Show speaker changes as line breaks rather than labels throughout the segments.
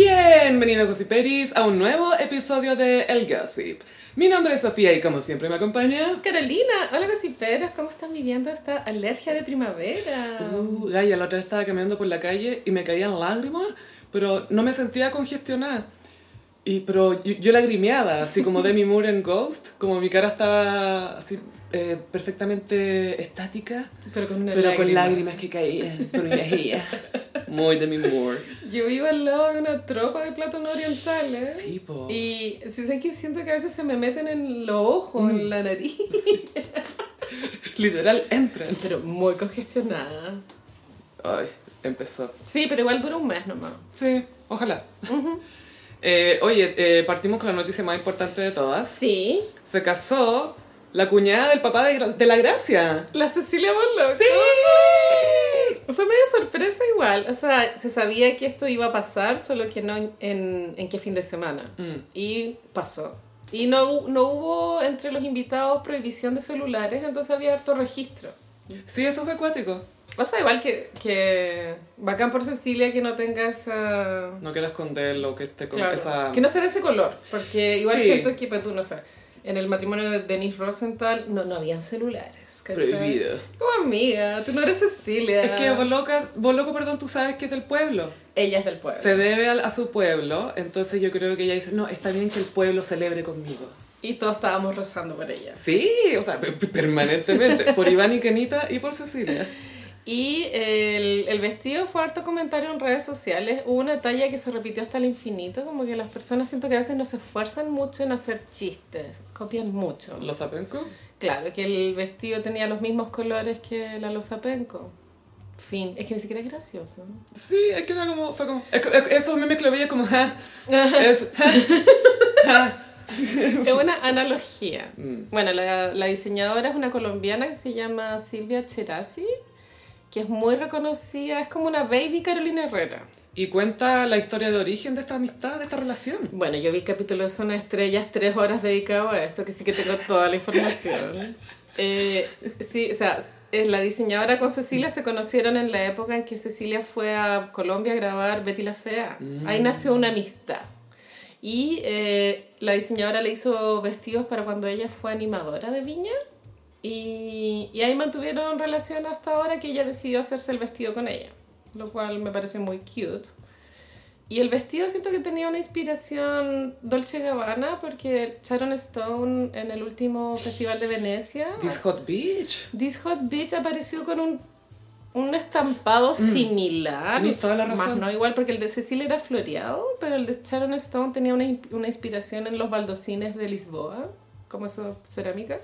Bienvenidos Gossiperis a un nuevo episodio de El Gossip. Mi nombre es Sofía y como siempre me acompaña...
Carolina, hola gossiperos, ¿cómo están viviendo esta alergia de primavera?
Uh, Gaya, la otra vez estaba caminando por la calle y me caían lágrimas, pero no me sentía congestionada. Y, pero yo, yo lagrimeaba, así como Demi Moore en Ghost, como mi cara estaba así eh, perfectamente estática,
pero con una
pero con
lágrima.
lágrimas que caían, pero ya, ya. Muy Demi Moore.
Yo vivo al lado de una tropa de plátanos orientales.
Sí, po.
Y si sé que siento que a veces se me meten en los ojos,
Mm.
en la nariz.
Literal, entran.
Pero muy congestionada.
Ay, empezó.
Sí, pero igual dura un mes nomás.
Sí, ojalá. Eh, oye, eh, partimos con la noticia más importante de todas.
Sí.
Se casó la cuñada del papá de, Gra- de la Gracia.
La Cecilia Bollock.
¡Sí!
Fue medio sorpresa igual, o sea, se sabía que esto iba a pasar, solo que no en, en, en qué fin de semana.
Mm.
Y pasó. Y no, hu- no hubo entre los invitados prohibición de celulares, entonces había harto registro.
Sí, eso fue acuático.
O sea, igual que, que bacán por Cecilia que no tenga esa...
No quiero esconderlo, que esté con
claro,
esa...
Que no sea de ese color, porque igual
Sí.
siento que, pues tú no sé, en el matrimonio de Denise Rosenthal no, no habían celulares. ¿cachai?
Prohibido.
Como amiga, tú no eres Cecilia.
Es que Boloca, Boloco, perdón, tú sabes que es del pueblo.
Ella es del pueblo.
Se debe al- a su pueblo, entonces yo creo que ella dice, no, está bien que el pueblo celebre conmigo.
Y todos estábamos rezando por ella.
Sí, o sea, per- permanentemente, por Iván y Kenita y por Cecilia.
Y el, el vestido fue harto comentario en redes sociales. Hubo una talla que se repitió hasta el infinito. Como que las personas siento que a veces no se esfuerzan mucho en hacer chistes. Copian mucho.
¿Los apenco?
Claro, que el vestido tenía los mismos colores que la losa penco. Fin. Es que ni siquiera es gracioso.
Sí, es que era como, fue como, es, es- esos memes que lo veía como, ja, es, ja, ja.
Es una analogía. Bueno, la, la diseñadora es una colombiana que se llama Silvia Cherasi. Que es muy reconocida. Es como una baby Carolina Herrera.
Y cuenta la historia de origen de esta amistad, de esta relación.
Bueno, yo vi el capítulo de Zona Estrellas, tres horas dedicado a esto, que sí que tengo toda la información. Eh, sí, o sea, eh, la diseñadora con Cecilia se conocieron en la época en que Cecilia fue a Colombia a grabar Betty la Fea. Ahí nació una amistad. Y eh, la diseñadora le hizo vestidos para cuando ella fue animadora de Viña. Y, y ahí mantuvieron relación hasta ahora que ella decidió hacerse el vestido con ella. Lo cual me parece muy cute. Y el vestido siento que tenía una inspiración Dolce Gabbana porque Sharon Stone en el último festival de Venecia,
This hot bitch.
This Hot Beach apareció con un, un estampado similar.
Mm. Tenés toda la
Más
razón.
no igual porque el de Cecil era floreado, pero el de Sharon Stone tenía una, in- una inspiración en los baldocines de Lisboa, como eso, cerámica.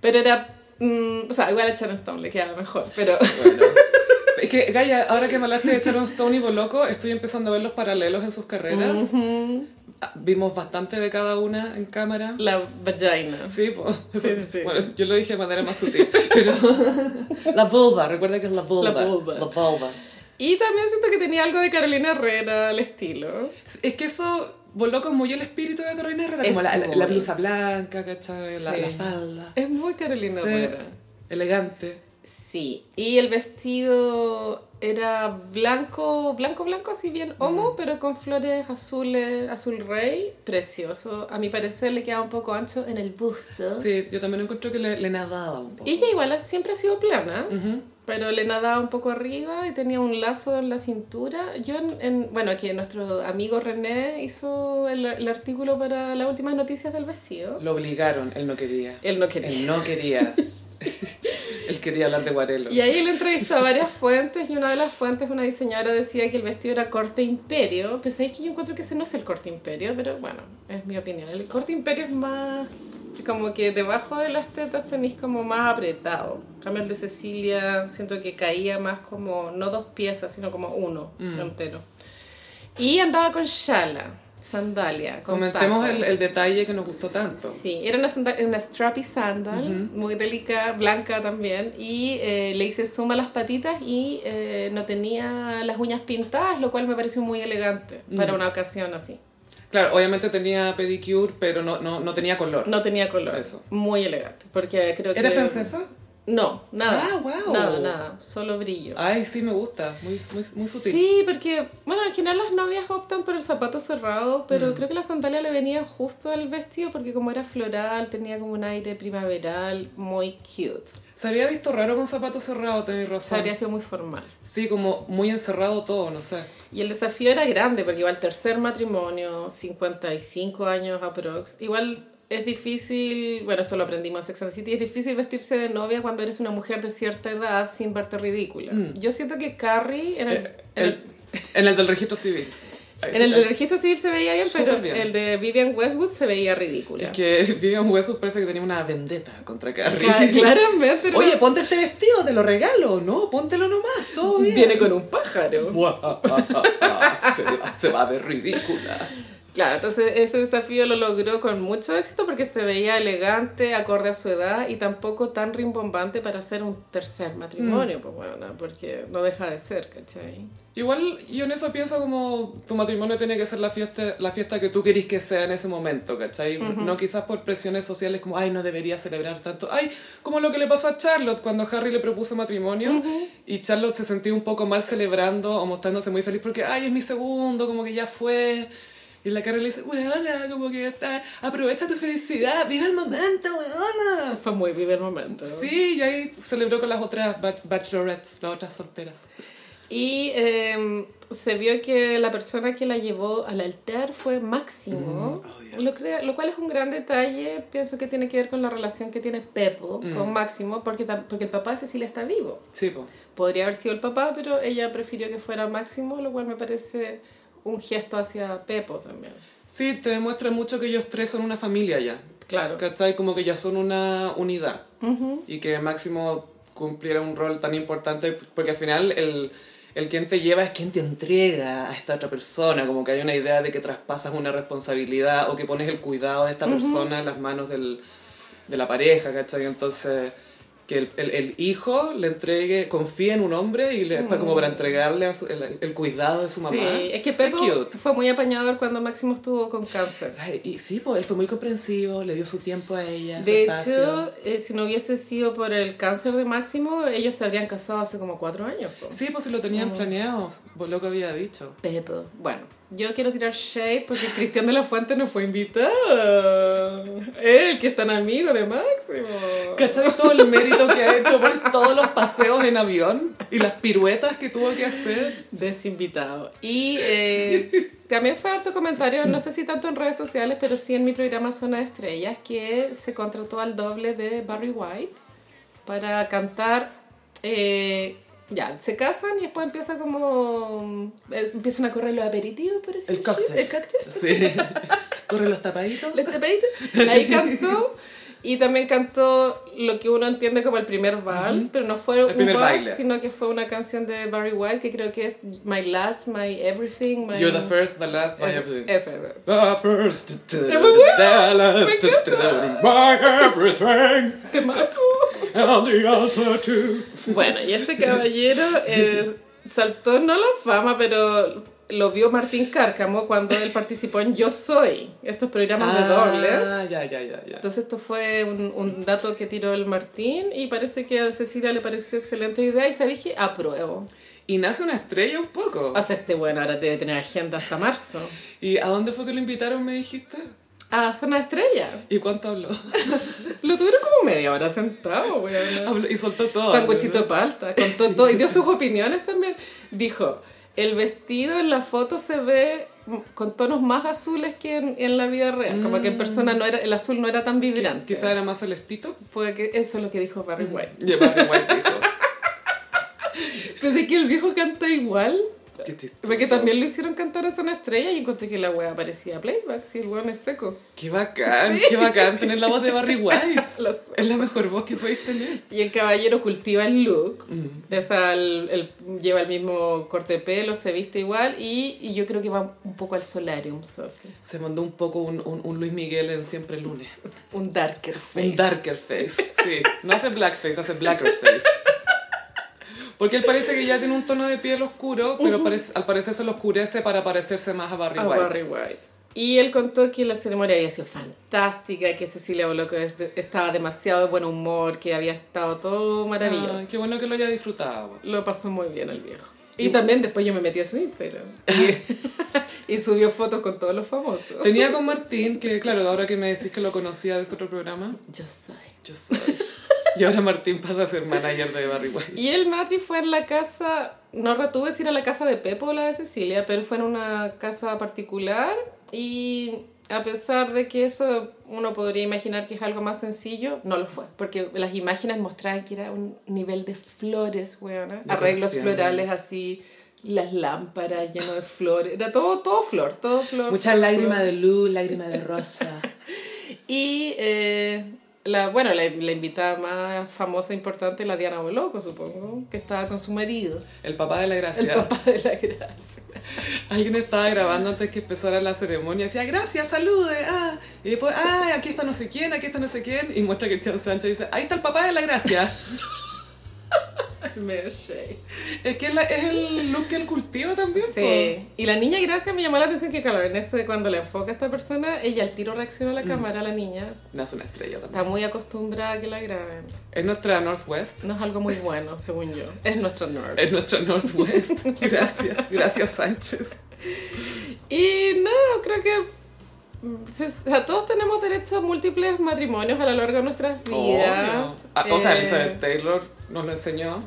Pero era... mm, o sea, igual a Sharon Stone le quedaba mejor, pero...
Es que, Gaia, ahora que me hablaste de Sharon Stone y Boloco, estoy empezando a ver los paralelos en sus carreras. Ah, Vimos bastante de cada una en cámara.
la vagina.
Sí, po.
Sí, sí, sí.
Bueno, yo lo dije de manera más sutil, pero... La vulva, recuerda que es la vulva.
La vulva.
La vulva.
Y también siento que tenía algo de Carolina Herrera, el estilo.
Es que eso, Boloco es muy el espíritu de Carolina Herrera,
Es
como la, la-
muy.
la blusa blanca, ¿cachai? La,
Sí.
la falda.
Es muy Carolina
Sí.
Herrera.
Elegante.
Sí. Y el vestido era blanco, blanco, blanco, así bien homo, pero con flores azules, azul rey. Precioso. A mi parecer le quedaba un poco ancho en el busto.
Sí, yo también encuentro que le, le nadaba un poco.
¿Ah? Y ella igual siempre ha sido plana, pero le nadaba un poco arriba y tenía un lazo en la cintura. Yo, en, en- bueno, que nuestro amigo René hizo el, el artículo para las últimas noticias del vestido.
Lo obligaron, él no quería.
Él no quería.
Él no quería. él quería hablar de Guarelo.
Y ahí le entrevistó a varias fuentes y una de las fuentes, una diseñadora, decía que el vestido era corte imperio. Pues es que yo encuentro que ese no es el corte imperio, pero bueno, es mi opinión. El corte imperio es más como que debajo de las tetas tenéis como más apretado. En cambio el de Cecilia siento que caía más como no dos piezas, sino como uno
Mm.
entero. Y andaba con shala, sandalia. Con
Comentemos
taco.
el, el detalle que nos gustó tanto.
Sí, era una, sanda- una strappy sandal, muy delicada, blanca también, y eh, le hice suma a las patitas y eh, no tenía las uñas pintadas, lo cual me pareció muy elegante
Mm.
para una ocasión así.
Claro, obviamente tenía pedicure, pero no, no, no tenía color.
No tenía color.
Eso.
Muy elegante, porque creo que...
¿Era francesa?
No, nada.
Ah, wow.
Nada, nada. Solo brillo.
Ay, sí, me gusta. Muy, muy, muy sutil.
Sí, porque, bueno, al final las novias optan por el zapato cerrado,
Mm.
pero creo que la sandalia le venía justo al vestido porque como era floral, tenía como un aire primaveral muy cute.
Se había visto raro con zapatos cerrados, tenéis
O sea,
razón.
habría sido muy formal.
Sí, como muy encerrado todo, no sé.
Y el desafío era grande, porque igual tercer matrimonio, 55 años aprox. Igual es difícil, bueno, esto lo aprendimos en Sex and the City, es difícil vestirse de novia cuando eres una mujer de cierta edad sin verte ridícula. Yo siento que Carrie en el,
Eh,
en Mm. el-
el- en el del registro civil. Ahí
en el
está.
del registro civil se veía bien,
Súper
pero
bien.
el de Vivian Westwood se veía ridícula.
Es que Vivian Westwood parece que tenía una vendetta contra Carrie.
Cla- Claramente era
Oye, ponte este vestido, te lo regalo. No, póntelo nomás, todo
una-
bien.
viene con un pájaro.
se, va- se va a ver ridícula.
Claro, entonces ese desafío lo logró con mucho éxito porque se veía elegante, acorde a su edad y tampoco tan rimbombante para hacer un tercer
Mm.
matrimonio, pues bueno, porque no deja de ser, ¿cachai?
Igual yo en eso pienso como tu matrimonio tiene que ser la fiesta, la fiesta que tú querís que sea en ese momento, ¿cachai? No quizás por presiones sociales como, ay, no debería celebrar tanto. Ay, como lo que le pasó a Charlotte cuando Harry le propuso matrimonio y Charlotte se sentía un poco mal celebrando o mostrándose muy feliz porque, ay, es mi segundo, como que ya fue. Y la Carrie le dice, weona, como que está, aprovecha tu felicidad, vive el momento, weona.
Fue muy vivo el momento.
Sí, y ahí celebró con las otras bach- bachelorettes, las otras solteras.
Y eh, se vio que la persona que la llevó al altar fue Máximo,
Mm, obvio.
lo, crea- lo cual es un gran detalle, pienso que tiene que ver con la relación que tiene Pepo
Mm.
con Máximo, porque, tam- porque el papá de Cecilia está vivo.
Sí, pues.
Podría haber sido el papá, pero ella prefirió que fuera Máximo, lo cual me parece un gesto hacia Pepo también.
Sí, te demuestra mucho que ellos tres son una familia ya.
Claro.
¿Cachai? Como que ya son una unidad. Y que Máximo cumpliera un rol tan importante, porque al final el, el quien te lleva es quien te entrega a esta otra persona. Como que hay una idea de que traspasas una responsabilidad o que pones el cuidado de esta persona en las manos del, de la pareja, ¿cachai? Entonces, que el, el- el hijo le entregue, confía en un hombre y le está como para entregarle a su- el, el cuidado de su mamá.
Mm. Sí, es que Pepo
cute.
fue muy apañador cuando Máximo estuvo con cáncer.
Ay, y sí, pues él fue muy comprensivo, le dio su tiempo a ella. su
De
espacio.
hecho, eh, si no hubiese sido por el cáncer de Máximo, ellos se habrían casado hace como cuatro años. po.
Sí, pues si lo tenían planeado, por lo que había dicho.
Pepo. Bueno, yo quiero tirar shade porque Cristian de la Fuente no fue invitado. Él, que es tan amigo de Máximo.
¿Cachai todo el mérito que ha hecho por todos los paseos en avión y las piruetas que tuvo que hacer?
Desinvitado. Y eh, también fue harto comentario, no sé si tanto en redes sociales, pero sí en mi programa Zona de Estrellas, que se contrató al doble de Barry White para cantar. eh, ya, se casan y después empieza como. es- empiezan a correr los aperitivos, por así
El
decir,
cóctel.
El cóctel.
Sí. Corre los tapaditos.
Los tapaditos. Ahí cantó. Y también cantó lo que uno entiende como el primer vals, pero no fue un
primer
vals,
baile.
sino que fue una canción de Barry White que creo que es My Last, My Everything, My...
You're the first, the last, my everything.
Esa, esa.
The first, the
muy bueno.
last,
Me
my everything,
Temazo.
and the answer to.
Bueno, y este caballero eh, saltó no la fama, pero lo vio Martín Cárcamo cuando él participó en Yo Soy, estos programas de doble.
Ah, ya, ya, ya, ya.
Entonces esto fue un, un dato que tiró el Martín y parece que a Cecilia le pareció excelente idea y sabéis que apruebo.
Y nace una estrella un poco.
O sea, este bueno ahora debe tener agenda hasta marzo. Ah,
¿Y a dónde fue que lo invitaron, me dijiste?
A Zona Estrella.
¿Y cuánto habló?
Lo tuvieron como media hora sentado, weón.
Habló- y soltó todo.
Sanguchito de palta, contó todo y dio sus opiniones también. Dijo, el vestido en la foto se ve m- con tonos más azules que en, en la vida real. Como que en persona no era, el azul no era tan vibrante.
Quizá era más celestito.
Fue que eso es lo que dijo Barry White.
Y el Barry White dijo.
Pues de que el viejo canta igual.
"Qué chistoso".
Porque también lo hicieron cantar a Zona Estrella y encontré que la wea parecía playback, si el weón es seco.
Qué bacán, qué bacán tener la voz de Barry White.
Lo sé.
Es la mejor voz que podéis tener.
Y el caballero cultiva el look, o sea, el- el- lleva el mismo corte de pelo, se viste igual y, y yo creo que va un poco al solarium, Sophie.
Se mandó un poco un, un, un Luis Miguel en Siempre Lunes.
Un darker
Un
face.
darker face. Sí, no hace blackface, hace blacker face. Porque él parece que ya tiene un tono de piel oscuro, pero parece- al parecer se lo oscurece para parecerse más a Barry
a
White.
Barry White. Y él contó que la ceremonia había sido fantástica, que Cecilia Boloco es- estaba demasiado de buen humor, que había estado todo maravilloso.
Ay, Ah, qué bueno que lo haya disfrutado.
Lo pasó muy bien el viejo. Y también después yo me metí a su Instagram. Y, y subió fotos con todos los famosos.
Tenía con Martín, que claro, ahora que me decís que lo conocía de ese otro programa,
Yo soy.
yo soy. Y ahora Martín pasa a ser manager de Barry White.
Y el matri fue en la casa, no retuve si era la casa de Pepo o la de Cecilia, pero fue en una casa particular y a pesar de que eso uno podría imaginar que es algo más sencillo, no lo fue, porque las imágenes mostraban que era un nivel de flores, weona, arreglos
Decoración.
florales así, las lámparas lleno de flores, era todo, todo flor, todo flor.
Muchas lágrimas de luz, lágrimas de rosa.
Y eh, la, bueno, la, la invitada más famosa e importante, la Diana Boloco, supongo, que estaba con su marido.
El papá de la gracia.
El papá de la gracia.
Alguien estaba grabando antes que empezara la ceremonia. Decía, gracias, salude. Ah. Y después, ah, aquí está no sé quién, aquí está no sé quién. Y muestra a Cristian Sánchez y dice, ahí está el papá de la gracia.
Me shake.
es que es, la- es el look que él cultiva también. po.
Sí. Y la niña gracia me llamó la atención que, claro, en este, cuando le enfoca a esta persona, ella al tiro reacciona a
Mm.
la cámara, la niña.
Nace una estrella también.
Está muy acostumbrada a que la graben.
Es nuestra Northwest.
No es algo muy bueno, según yo. Es nuestro nerd.
Es nuestra Northwest. Gracias, gracias Sánchez.
Y no, creo que. mm, se- o sea, todos tenemos derecho a múltiples matrimonios a lo largo de nuestras vidas.
Obvio. Ah, O sea,
Eh,
Elizabeth Taylor nos lo enseñó.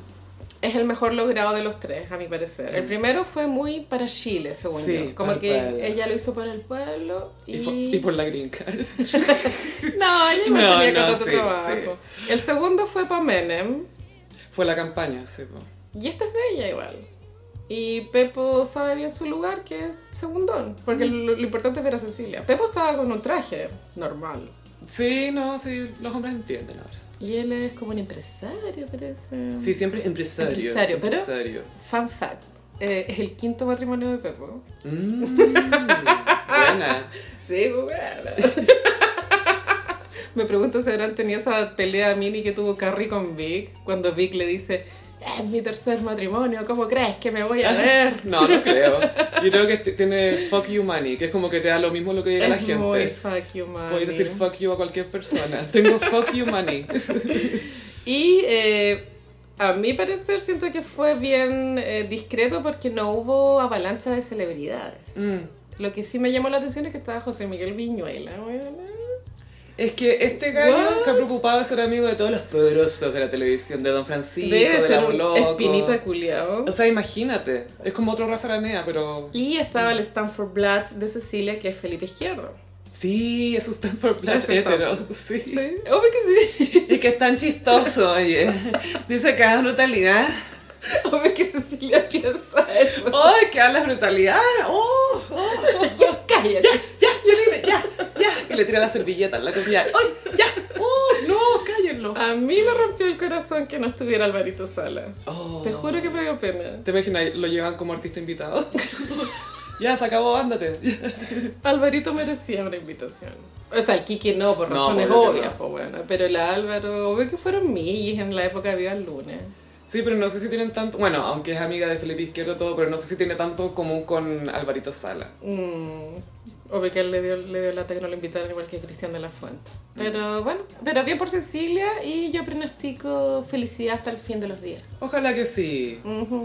Es el mejor logrado de los tres, a mi parecer. El primero fue muy para Chile, según
Sí,
yo.
para
Como
el
que
pueblo.
ella lo hizo para el pueblo y...
Y, fo- y por la green card.
No, ella me
No,
tenía
no,
con otro
sí,
trabajo. El segundo fue para Menem
Fue la campaña, sí. po.
y este es de ella igual. Y Pepo sabe bien su lugar, que es segundón, porque lo, lo importante es ver a Cecilia. Pepo estaba con un traje normal.
Sí, no, sí, los hombres entienden ahora.
Y él es como un empresario, parece.
Sí, siempre empresario.
Mm. Empresario, pero-
Empresario.
Fun fact, eh, es el quinto matrimonio de Pepo.
Mm, buena.
Sí, pues, bueno. Me pregunto si habrán tenido esa pelea mini que tuvo Carrie con Vic, cuando Vic le dice, es mi tercer matrimonio, ¿cómo crees que me voy a ver?
No, no creo. Yo creo que t- tiene fuck you money, que es como que te da lo mismo lo que diga la
Es muy
gente.
fuck you, man.
Puedes decir fuck you a cualquier persona. Tengo fuck you money.
Y eh, a mi parecer siento que fue bien eh, discreto porque no hubo avalancha de celebridades.
Mm.
Lo que sí me llamó la atención es que estaba José Miguel Viñuela, weona.
Es que este gallo
What?
se ha preocupado de ser amigo de todos los poderosos de la televisión, de Don Francisco,
Debe
de la
ser un
Boloco.
espinita culiao.
O sea, imagínate. Es como otro Rafa Aranea, pero...
Y estaba el Stanford Blatt de Cecilia, que es Felipe Izquierdo.
Sí, es un Stanford Flash
Eso está.
hetero. Sí.
obvio que sí.
Y que es tan chistoso, oye. Dice cada brutalidad.
Obvio que Cecilia piensa eso.
¡Ay, que hablas brutalidad! ¡Oh! ¡Oh!
Ya, cállate.
ya, ya, dime, ya, ya. Y le tira la servilleta en la cocina. ¡Ay, ya! ¡Oh, no! ¡Cállenlo!
A mí me rompió el corazón que no estuviera Alvarito Sala.
Oh.
Te juro que me dio pena.
¿Te imaginas? Lo llevan como artista invitado. ya, se acabó, ándate.
Alvarito merecía una invitación. O sea, el Kiki no, por
No,
razones
obvio que
obvias,
no.
pues bueno. Pero el Álvaro, obvio que fueron millis en la época de Viva el Lunes.
Sí, pero no sé si tienen tanto. Bueno, aunque es amiga de Felipe Izquierdo, todo, pero no sé si tiene tanto común con Alvarito Sala.
Mm, obvio que él le dio, le dio lata que no lo invitaron igual que Cristian de la Fuente.
Mm.
Pero bueno, pero bien por Cecilia y yo pronostico felicidad hasta el fin de los días.
Ojalá que sí.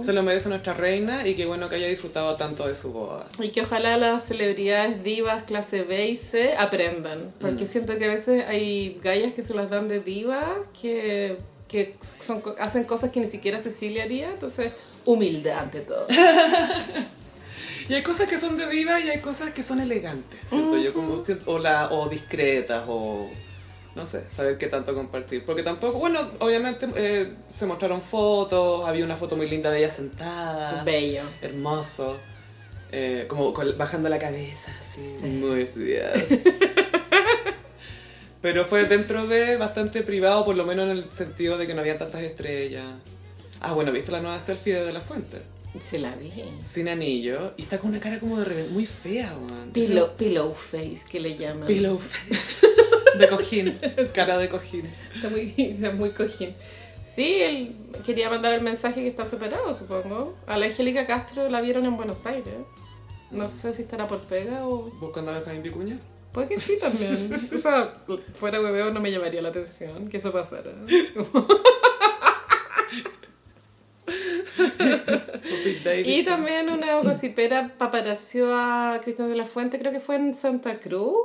Se lo merece nuestra reina y qué bueno que haya disfrutado tanto de su boda.
Y que ojalá las celebridades divas clase B y C aprendan. Porque siento que a veces hay gallas que se las dan de divas que, que son, co- hacen cosas que ni siquiera Cecilia haría. Entonces, humildad ante todo.
Y hay cosas que son de diva y hay cosas que son elegantes, ¿cierto? Yo como siento- o, la, o discretas o no sé, saber qué tanto compartir. Porque tampoco, bueno, obviamente eh, se mostraron fotos, había una foto muy linda de ella sentada,
Ah, Bello.
hermoso, eh, como con- bajando la cabeza, así, muy estudiada. Pero fue dentro de bastante privado, por lo menos en el sentido de que no había tantas estrellas. Ah, bueno, ¿viste la nueva selfie de De La Fuente?
Se la vi.
sin anillo y está con una cara como de revés, muy fea, weón.
Pillow, pillow face que le llaman.
Pillow face. De cojín, cara de cojín.
Está muy, está muy cojín. Sí, él quería mandar el mensaje que está separado, supongo. A la Angélica Castro la vieron en Buenos Aires. No sé si estará por pega o...
Buscando a Benjamín Vicuña.
Puede Pues que sí también. O sea, fuera hueveo no me llamaría la atención que eso pasara.
Pete Davidson.
Y también una gocipera paparazzió a Cristian de la Fuente, creo que fue en Santa Cruz,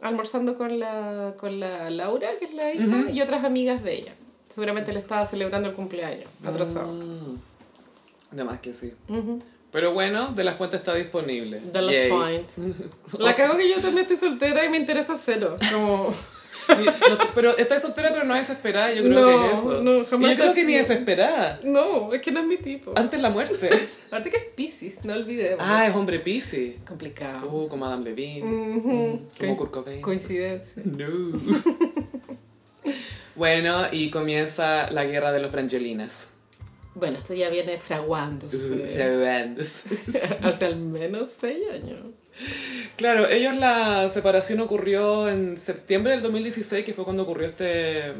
almorzando con la, con la Laura, que es la hija, y otras amigas de ella. Seguramente le estaba celebrando el cumpleaños, atrasado.
Ah, de más que sí. Pero bueno, De La Fuente está disponible.
De la
Yay.
Fuente. La cago que yo también estoy soltera y me interesa cero. Como...
Ni- no estoy- pero está soltera, pero no es desesperada, yo creo
No,
que es eso.
no, jamás
Y yo creo que ni
te-
desesperada.
No, es que no es mi tipo.
Antes la muerte.
Aparte que es Pisces, no olvidemos.
ah, es hombre piscis.
complicado.
Uh, como Adam Levine.
Ujú.
Como
Coinc-
Kurt Cobain.
Coincidencia.
No. bueno, y comienza la guerra de los Frangelinas.
Bueno, esto ya viene fraguándose
Fragandes.
hace al menos seis años.
Claro, ellos la separación ocurrió en septiembre del 2016, que fue cuando ocurrió este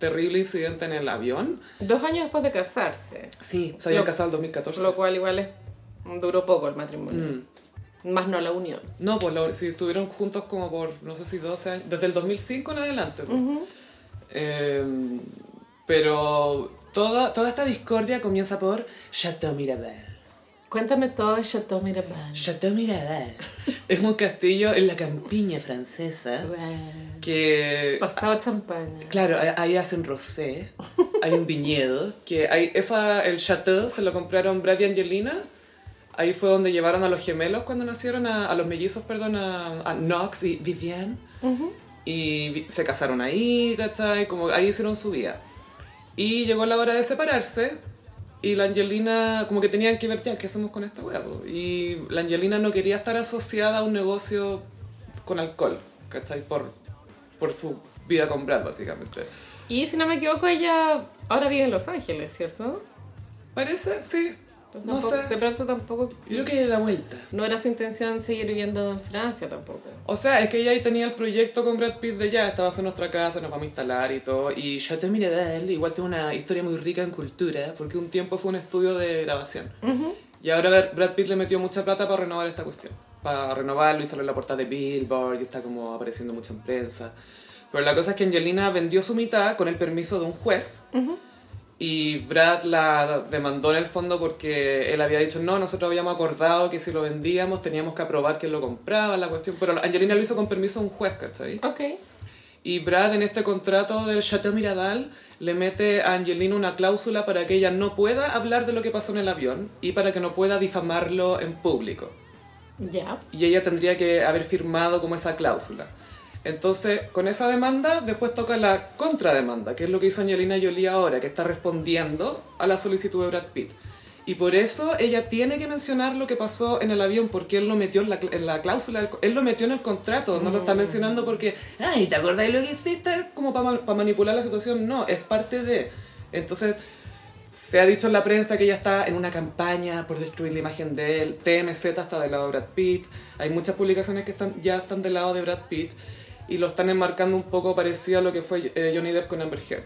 terrible incidente en el avión.
Dos años después de casarse,
Sí, se habían
Lo-
casado en 2014.
lo cual igual es, duró poco el matrimonio.
Mm.
Más no la unión.
No, pues lo- si estuvieron juntos como por, no sé si 12 años, desde el 2005 en adelante. pues. Eh, pero toda, toda esta discordia comienza por Chateau Mirabel.
Cuéntame todo de Chateau Mirabal.
Chateau Mirabel es un castillo en la campiña francesa
Bueno,
que
Pasado champaña.
Claro, ahí- ahí hacen rosé, hay un viñedo, que hay, esa, el chateau se lo compraron Brad y Angelina, ahí fue donde llevaron a los gemelos cuando nacieron, a, a los mellizos, perdón, a, a Knox y Vivienne, y vi- se casaron ahí, ¿cachai? Como ahí hicieron su vida. Y llegó la hora de separarse, y la Angelina, como que tenían que ver, ya, ¿qué hacemos con esta hueá? po? Y la Angelina no quería estar asociada a un negocio con alcohol, ¿cachai? Por, por su vida con Brad, básicamente.
Y si no me equivoco, ella ahora vive en Los Ángeles, ¿cierto?
Parece, sí.
Entonces
No
tampoco- De
sé.
pronto tampoco.
Yo creo que la vuelta.
No era su intención seguir viviendo en Francia tampoco.
O sea, es que ella ahí tenía el proyecto con Brad Pitt de ya, esta va a ser nuestra casa, nos vamos a instalar y todo. Y Chateau Miradel igual tiene una historia muy rica en cultura, porque un tiempo fue un estudio de grabación. Y ahora ver, Brad Pitt le metió mucha plata para renovar esta cuestión. Para renovarlo y salió en la portada de Billboard y está como apareciendo mucho en prensa. Pero la cosa es que Angelina vendió su mitad con el permiso de un juez. Y Brad la demandó en el fondo porque él había dicho, no, nosotros habíamos acordado que si lo vendíamos teníamos que aprobar quién lo compraba, la cuestión. Pero Angelina lo hizo con permiso de un juez, ¿cachai?
Ok.
Y Brad en este contrato del Chateau Miradal le mete a Angelina una cláusula para que ella no pueda hablar de lo que pasó en el avión y para que no pueda difamarlo en público
Ya.
y ella tendría que haber firmado como esa cláusula. Entonces, con esa demanda, después toca la contrademanda, que es lo que hizo Angelina Jolie ahora, que está respondiendo a la solicitud de Brad Pitt. Y por eso ella tiene que mencionar lo que pasó en el avión, porque él lo metió en la, cl- en la cláusula, del co- él lo metió en el contrato, no lo está mencionando porque, ay, ¿te acordás de lo que hiciste? Como para manipular la situación, no, es parte de... Entonces, se ha dicho en la prensa que ella está en una campaña por destruir la imagen de él. TMZ está del lado de Brad Pitt. Hay muchas publicaciones que están, ya están del lado de Brad Pitt y lo están enmarcando un poco parecido a lo que fue eh, Johnny Depp con Amber Heard.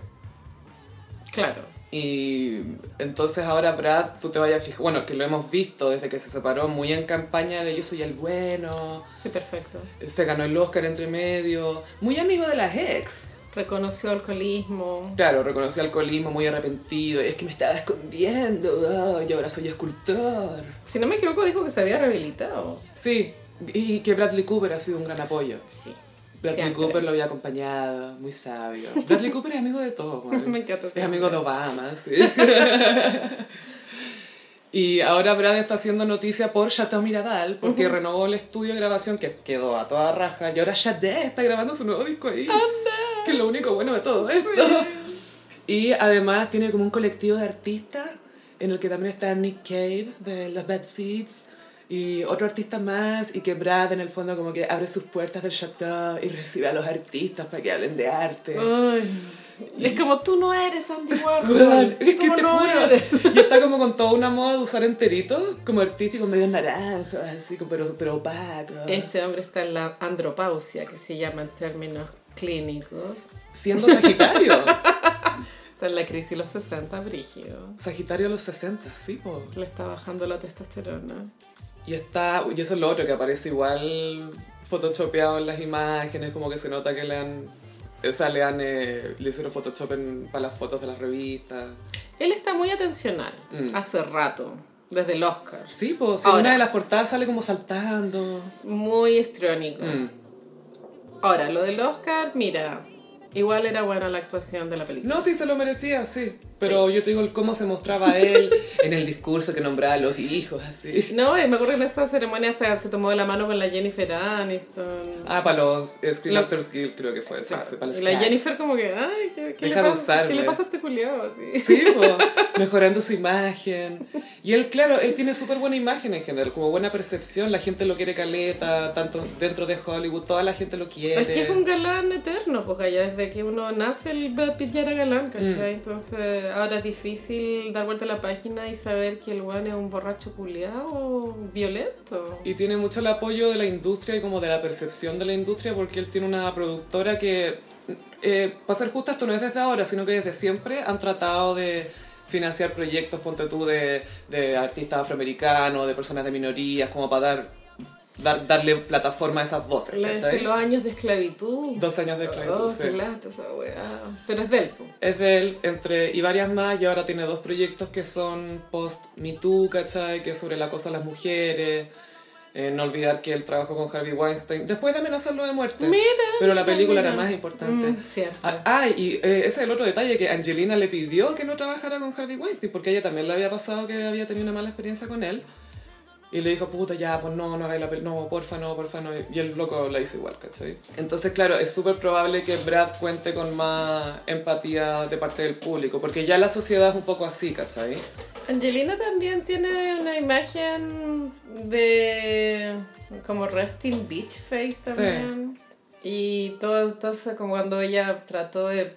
Claro.
Y entonces ahora Brad, tú te vayas a fijar, bueno, que lo hemos visto desde que se separó, muy en campaña de yo soy el bueno,
Sí, perfecto.
se ganó el Oscar entre medio, muy amigo de las ex.
Reconoció alcoholismo.
Claro, reconoció alcoholismo, muy arrepentido, es que me estaba escondiendo, ay, y ahora soy escultor.
Si no me equivoco, dijo que se había rehabilitado.
Sí, y que Bradley Cooper ha sido un gran apoyo.
Sí.
Bradley
Siempre.
Cooper lo había acompañado, muy sabio. Bradley Cooper es amigo de todos. güey.
Me encanta ese
Es amigo
hombre.
de Obama, sí. Y ahora Brad está haciendo noticia por Chateau Miradal, porque renovó el estudio de grabación que quedó a toda raja. Y ahora Chateau está grabando su nuevo disco ahí. Que es lo único bueno de todo esto. Y además tiene como un colectivo de artistas en el que también está Nick Cave de Los Bad Seeds y otro artista más y que Brad en el fondo como que abre sus puertas del chateau y recibe a los artistas para que hablen de arte.
Ay. Es como tú no eres Andy
Weón,
Warhol.
es que
Tú
te
Ah, no
juro.
eres.
Y está como con toda una moda de usar enteritos, como artístico, medio naranjo, así, como pero, pero opaco.
Este hombre está en la andropausia, que se llama en términos clínicos.
Siendo Sagitario.
Está en la crisis de los 60, brígido.
Sagitario a los 60, sí, po.
Le está bajando la testosterona.
Y está, y eso es lo otro, que aparece igual photoshopeado en las imágenes, como que se nota que le han, o sea, le han, eh, le hicieron photoshop en- para las fotos de las revistas.
Él está muy atencional,
Mm.
hace rato, desde el Oscar.
Sí, pues, si
Ahora.
una de las portadas sale como saltando.
Muy histriónico.
Mm.
Ahora, lo del Oscar, mira, igual era buena la actuación de la película.
No, sí, se lo merecía, sí. Pero yo te digo el cómo se mostraba él en el discurso que nombraba a los hijos, así.
No, y me acuerdo que en esa ceremonia se, se tomó de la mano con la Jennifer Aniston.
Ah, para los eh, Screen
Lo-
Actors Guild creo que fue. o sea,
Claro.
para los
Y la
SAG.
Jennifer como que, ay, ¿qué, qué le,
Deja de
pasa, ¿qué le
usarme.
pasa a este culiao? Así.
Sí, po, mejorando su imagen. Y él, claro, él tiene súper buena imagen en general, como buena percepción. La gente lo quiere caleta, tanto dentro de Hollywood, toda la gente lo quiere.
Es que es un galán eterno, porque ya desde que uno nace el Brad Pitt ya era galán,
Mm.
¿cachai? Entonces ahora es difícil dar vuelta a la página y saber que el weón es un borracho culiado violento.
Y tiene mucho el apoyo de la industria y como de la percepción de la industria, porque él tiene una productora que, eh, para ser justa, esto no es desde ahora, sino que desde siempre han tratado de financiar proyectos, ponte tú, de, de artistas afroamericanos, de personas de minorías, como para dar, dar- darle plataforma a esas voces.
Le
¿cachai?
dicen los años de esclavitud.
Dos años de esclavitud,
Oh,
sí.
qué lata esa weá. Pero es del po.
Es de él entre, y varias más, y ahora tiene dos proyectos que son post Me Too, ¿cachai? Que es sobre el acoso a las mujeres. Eh, no olvidar que él trabajó con Harvey Weinstein después de amenazarlo de muerte.
Mira,
Pero la
mira,
película
mira.
era más importante.
Mm, cierto.
Ah, ah, y eh, ese es el otro detalle que Angelina le pidió que no trabajara con Harvey Weinstein porque a ella también le había pasado que había tenido una mala experiencia con él. Y le dijo, puta, ya, pues no, no hagáis la película, no, porfa, no, porfa, no. Y el loco la hizo igual, ¿cachai? Entonces, claro, es súper probable que Brad cuente con más empatía de parte del público, porque ya la sociedad es un poco así, ¿cachai?
Angelina también tiene una imagen de como resting beach face también. Y todo, todo eso como cuando ella trató de,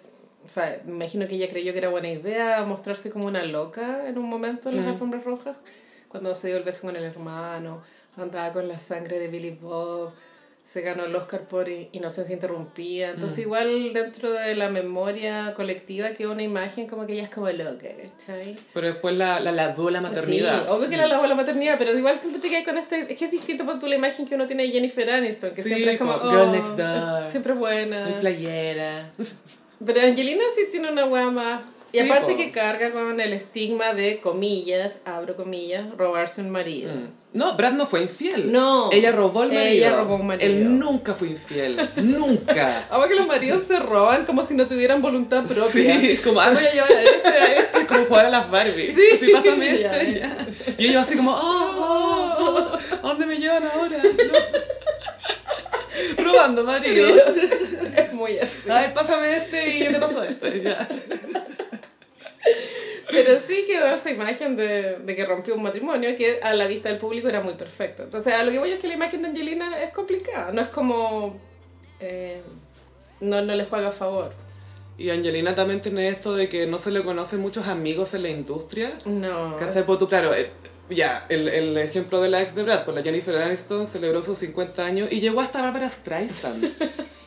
o sea, me imagino que ella creyó que era buena idea mostrarse como una loca en un momento en las alfombras rojas, cuando se dio el beso con el hermano, andaba con la sangre de Billy Bob. Se ganó el Oscar por In- Inocencia Interrumpida. Entonces, igual dentro de la memoria colectiva quedó una imagen como que ella es como loca, ¿cachai?
Pero después la, la lavó la maternidad.
Ah,
Mm.
Sí, obvio que la lavó la maternidad, pero igual siempre te quedas con este. Es que es distinto para tú la imagen que uno tiene de Jennifer Aniston, que
Sí,
siempre es como.
como Girl
oh,
Next Door.
es siempre
Muy
buena.
playera.
Pero Angelina sí tiene una wea más. Y
Sí,
aparte
po.
que carga con el estigma de comillas, abro comillas, robarse un marido.
Mm. No, Brad no fue infiel.
No.
Ella robó el
Ella
marido.
robó un marido.
Él nunca fue infiel. nunca.
Ahora que Ah, los maridos se roban como si no tuvieran voluntad propia.
Sí, como, ah, voy a llevar a este, a este, como jugar a las Barbie.
Sí.
Sí, pásame este.
Ya.
ya. Y ellos así como, oh, oh, oh, ¿a dónde me llevan ahora? No. Robando maridos.
Es muy así.
Ay, pásame este y yo te paso este. ya.
Pero sí quedó esa imagen de, de que rompió un matrimonio que a la vista del público era muy perfecta. Entonces, a lo que voy es que la imagen de Angelina es complicada. No es como... eh, no, no les juega a favor.
Y Angelina también tiene esto de que no se le conocen muchos amigos en la industria.
No.
¿Cachai? Pues tú, claro, eh, ya, el, el ejemplo de la ex de Brad, pues la Jennifer Aniston celebró sus 50 años y llegó hasta Barbara Streisand.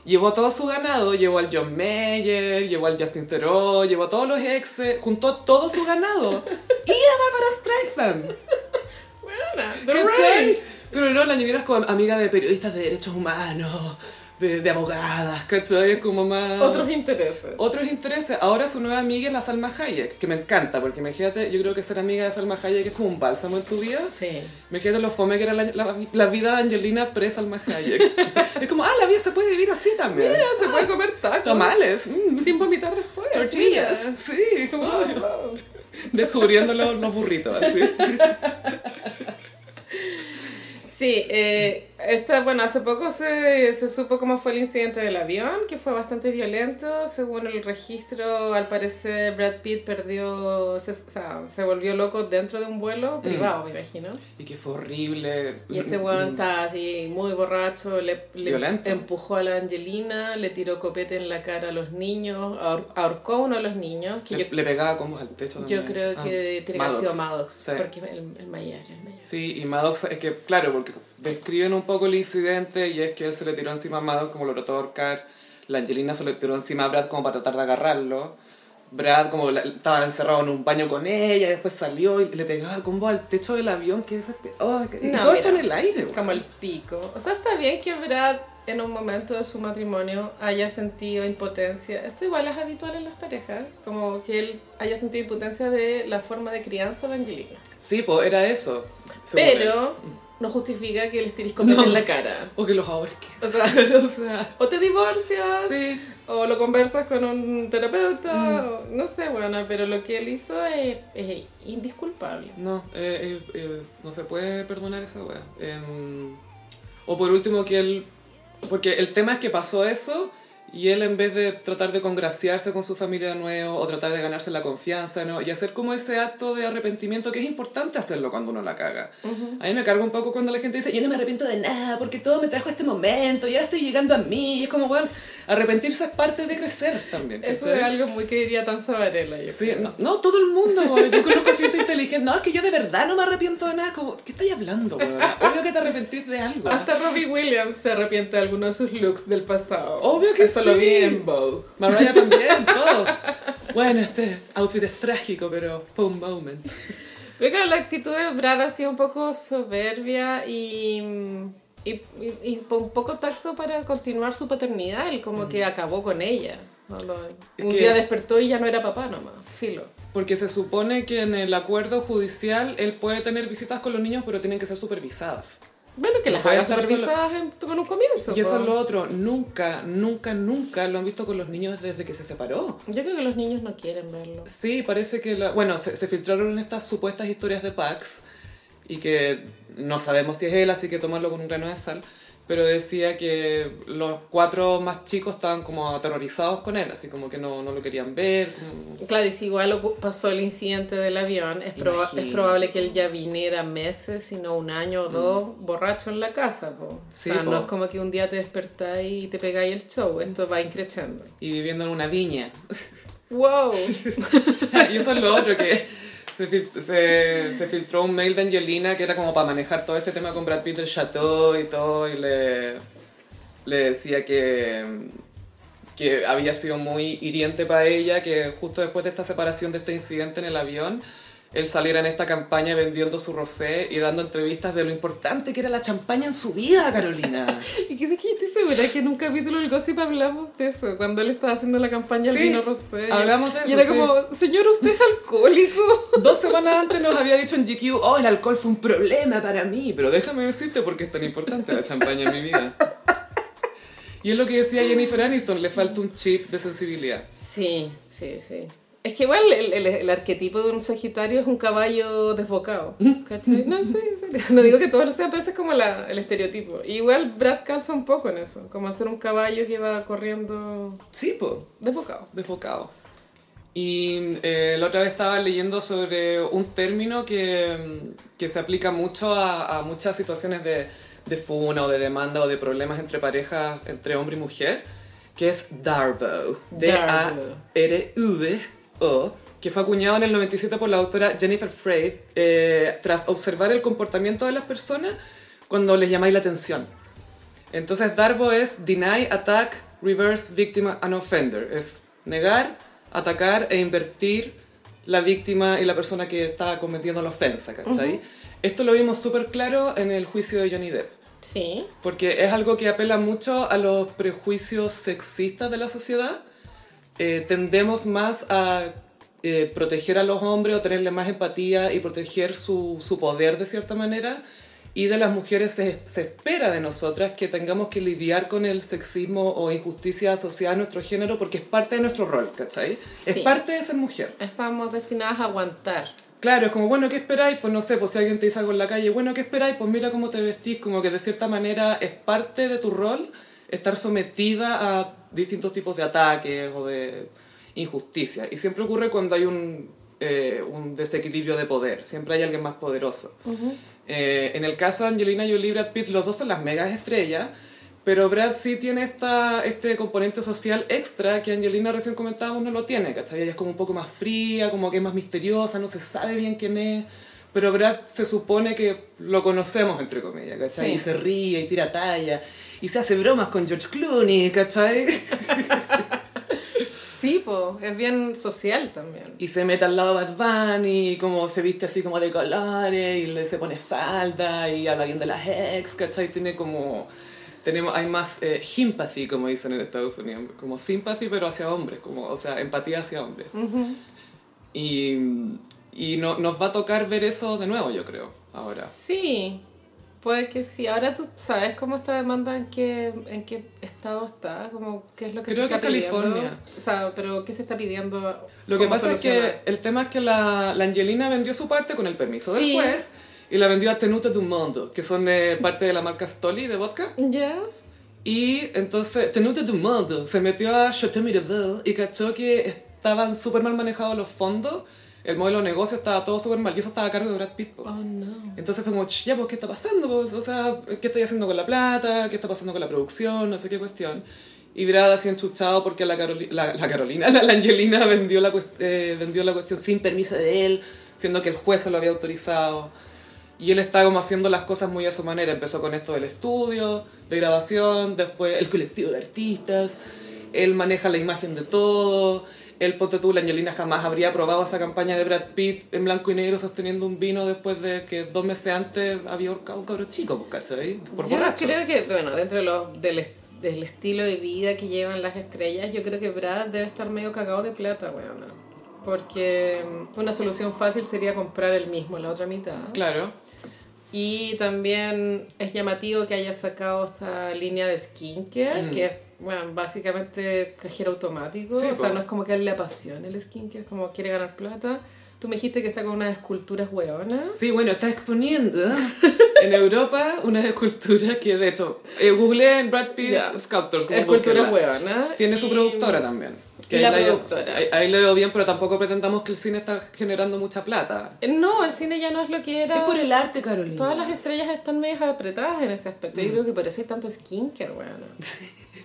llevó a todo su ganado, llevó al John Mayer, llevó al Justin Theroux, llevó a todos los exes, juntó todo su ganado y a Barbara Streisand.
Buena. The
¿Cachai?
Ranch.
Pero no, la Jennifer es como amiga de periodistas de derechos humanos, de, de abogadas, ¿cachai? Es como más...
Otros intereses.
Otros intereses. Ahora su nueva amiga es la Salma Hayek, que me encanta, porque imagínate, yo creo que ser amiga de Salma Hayek es como un bálsamo en tu vida.
Sí.
Imagínate lo fome que era la, la- la vida de Angelina pre-Salma Hayek. es como, ah, la vida se puede vivir así también.
Mira, se puede comer tacos.
Tamales. mm,
Sin vomitar después.
tortillas.
mira.
Sí, como
Ay, wow.
descubriendo los, los burritos. Así.
Sí, eh, esta, bueno, hace poco se, se supo cómo fue el incidente del avión, que fue bastante violento. Según el registro, al parecer Brad Pitt perdió, se, o sea, se volvió loco dentro de un
Mm.
vuelo privado, me imagino.
Y que fue horrible.
Y este weón estaba así muy borracho, le, le
Mm. Violento.
empujó a la Angelina, le tiró copete en la cara a los niños, ahor- ahorcó a uno de los niños, que yo,
Le, le pegaba combos al techo
yo
también.
creo
Ah,
que tiene que haber sido Maddox,
Sí.
porque el, el Mayer, el Mayer.
Sí, y Maddox, es que, claro, porque describen un poco el incidente y es que él se le tiró encima a Maddox como lo trató de ahorcar. La Angelina se le tiró encima a Brad como para tratar de agarrarlo. Brad como la- estaba encerrado en un baño con ella, después salió y le pegaba combo al techo del avión, que es oh, que- y
No,
todo
mira.
esto en el aire. güey.
Como el pico. O sea, está bien que Brad en un momento de su matrimonio haya sentido impotencia. Esto igual es habitual en las parejas. Como que él haya sentido impotencia de la forma de crianza de Angelina.
Sí, pues era eso. según él.
Pero no justifica que les tiris copetes
No.
en la cara.
O que los ahorquen.
O sea,
o sea,
o te divorcias,
sí. Mm.
o lo conversas con un terapeuta, o- no sé, bueno, pero lo que él hizo es, es indisculpable.
No, eh, eh, eh, no se puede perdonar esa wea. Em, o por último que él... Porque el tema es que pasó eso y él en vez de tratar de congraciarse con su familia de nuevo o tratar de ganarse la confianza ¿no? y hacer como ese acto de arrepentimiento que es importante hacerlo cuando uno la caga. A mí me carga un poco cuando la gente dice, yo no me arrepiento de nada porque todo me trajo a este momento y ahora estoy llegando a mí. Y es como, bueno, arrepentirse es parte de crecer también.
Eso
¿cachai?
es algo muy que diría Tanza Varela. Yo.
Sí, no, no, todo el mundo, güey. Yo conozco gente inteligente. No, es que yo de verdad no me arrepiento de nada. Como, ¿qué estáis hablando, güey? Obvio que te arrepentís de algo.
Hasta Robbie Williams se arrepiente de alguno de sus looks del pasado.
Obvio que
Eso lo
sí.
vi en Vogue.
Mariah también, todos. Bueno, este outfit es trágico, pero fue un moment.
Pero claro, la actitud de Brad ha sido un poco soberbia y, y, y- y un poco tacto para continuar su paternidad. Él como que acabó con ella. No lo-
Es
un
que-
día despertó y ya no era papá nomás. Filo.
Porque se supone que en el acuerdo judicial él puede tener visitas con los niños, pero tienen que ser supervisadas.
Bueno, que
No
las
puede
haga
estar
supervisadas en- con un comienzo.
Y eso
po.
es lo otro. Nunca, nunca, nunca lo han visto con los niños desde que se separó.
Yo creo que los niños no quieren verlo.
Sí, parece que la- bueno, se, se filtraron estas supuestas historias de Pax y que no sabemos si es él, así que tomarlo con un grano de sal. Pero decía que los cuatro más chicos estaban como aterrorizados con él, así como que no, no lo querían ver. como-
Claro, y si igual ocu- pasó el incidente del avión, es, proba- es
Imagínate.
probable que él ya viniera meses, sino un año o dos, borracho en la casa. po.
Mm. Sí,
o sea,
po.
no es como que un día te despertáis y te pegáis el show, esto va increciendo.
Y viviendo en una viña.
¡Wow!
y eso es lo otro que se, fil- se- se filtró un mail de Angelina que era como para manejar todo este tema con Brad Pitt del Chateau y todo y le, le decía que que había sido muy hiriente para ella que justo después de esta separación de este incidente en el avión él saliera en esta campaña vendiendo su rosé y dando entrevistas de lo importante que era la champaña en su vida, Carolina.
y que sé que yo estoy segura que en un capítulo del Gossip hablamos de eso, cuando él estaba haciendo la campaña del
Sí,
vino rosé.
hablamos de eso,
Y era
sí.
como, señor, usted es alcohólico.
Dos semanas antes nos había dicho en GQ, oh, el alcohol fue un problema para mí, pero déjame decirte por qué es tan importante la champaña en mi vida. Y es lo que decía Jennifer Aniston, le falta un chip de sensibilidad.
Sí, sí, sí. Es que igual el, el- el arquetipo de un sagitario es un caballo desbocado. ¿Cachai? No, sí, en serio. No digo que todos lo sean, pero ese es como la- el estereotipo. Y igual Brad calza un poco en eso, como hacer un caballo que va corriendo
Sí, po,
desbocado.
desfocado. Y eh, la otra vez estaba leyendo sobre un término que, que se aplica mucho a, a muchas situaciones de, de funa o de demanda o de problemas entre parejas, entre hombre y mujer, que es DARVO. D-A-R-V-O, que fue acuñado en el 97 por la autora Jennifer Freid eh, tras observar el comportamiento de las personas cuando les llamáis la atención. Entonces, Darbo es deny, attack, reverse, victim and offender. Es negar, atacar e invertir la víctima y la persona que está cometiendo la ofensa, ¿cachai? Esto lo vimos súper claro en el juicio de Johnny Depp.
Sí.
Porque es algo que apela mucho a los prejuicios sexistas de la sociedad. Eh, tendemos más a eh, proteger a los hombres o tenerle más empatía y proteger su, su poder de cierta manera. Y de las mujeres se, se espera de nosotras que tengamos que lidiar con el sexismo o injusticia asociada a nuestro género porque es parte de nuestro rol, ¿cachai? Es
Sí.
parte de ser mujer.
Estábamos destinadas a aguantar.
Claro, es como, bueno, ¿qué esperáis? Pues no sé, pues si alguien te dice algo en la calle, bueno, ¿qué esperáis? Pues mira cómo te vestís, como que de cierta manera es parte de tu rol estar sometida a distintos tipos de ataques o de injusticia. Y siempre ocurre cuando hay un, eh, un desequilibrio de poder, siempre hay alguien más poderoso. Eh, en el caso de Angelina Jolie y Brad Pitt, los dos son las megas estrellas, pero Brad sí tiene esta, este componente social extra que Angelina recién comentábamos no lo tiene, ¿cachai? Ella es como un poco más fría, como que es más misteriosa, no se sabe bien quién es. Pero Brad se supone que lo conocemos, entre comillas, ¿cachai?
Sí.
Y se ríe y tira talla y se hace bromas con George Clooney, ¿cachai?
Sí, po, es bien social también.
Y se mete al lado de Bad Bunny, y como se viste así como de colores, y le, se pone falda, y habla bien de las ex, ¿cachai? Tiene como... Tenemos, hay más eh, sympathy, como dicen en Estados Unidos, como sympathy, pero hacia hombres, como, o sea, empatía hacia hombres. Y, y no, nos va a tocar ver eso de nuevo, yo creo, ahora.
Sí, puede que sí. Ahora tú sabes cómo esta demanda, en qué, en qué estado está, como qué es lo que
Creo
se
que
está pidiendo.
California.
O sea, pero ¿qué se está pidiendo?
Lo que
¿Cómo
pasa es
solucionar?
que el tema es que la, la Angelina vendió su parte con el permiso del
Sí.
juez y la vendió a Tenute du Mondo, que son eh, parte de la marca Stoli de vodka.
¿Ya?
Y entonces Tenute du Mondo se metió a Chateau Mirabel y cachó que estaban súper mal manejados los fondos, el modelo de negocio estaba todo súper mal y eso estaba a cargo de Brad Pitt. po.
Oh, no.
Entonces fue como, "Ch, ya, pues, ¿qué está pasando? pues? O sea, ¿qué estoy haciendo con la plata? ¿Qué está pasando con la producción? No sé qué cuestión. Y Brad así enchuchado porque la, Caroli- la, la Carolina, la, la Angelina vendió la, cuest- eh, vendió la cuestión sin permiso de él, siendo que el juez se lo había autorizado. Y él está como haciendo las cosas muy a su manera. Empezó con esto del estudio, de grabación, después el colectivo de artistas. Él maneja la imagen de todo. El ponte tú, la Angelina jamás habría probado esa campaña de Brad Pitt en blanco y negro sosteniendo un vino después de que dos meses antes había ahorcado a un cabro chico, pues, ¿cachai? Por
yo
borracho.
creo que, bueno, dentro de los, del, est- del estilo de vida que llevan las estrellas, yo creo que Brad debe estar medio cagado de plata, weón. Porque mm, una solución fácil sería comprar el mismo, la otra mitad.
Claro.
Y también es llamativo que haya sacado esta línea de skincare, que es bueno, básicamente cajero automático.
Mm. Sí,
o sea,
po.
no es como que a él le apasiona el skincare, es como quiere ganar plata. Tú me dijiste que está con unas esculturas hueonas.
Sí, bueno, está exponiendo ¿eh? en Europa unas esculturas que, de hecho, eh, googleé en Brad Pitt
Ya.
Sculptors. como
Esculturas
búsqueda.
hueonas.
Tiene su
Y-
productora también.
y la
ahí
productora.
Ahí, ahí le veo bien, pero tampoco pretendamos que el cine está generando mucha plata.
Eh, No, el cine ya no es lo que era.
el arte, Carolina. Mm.
Todas las estrellas están medias apretadas en ese aspecto. Yo creo que por eso hay tanto skincare, weón.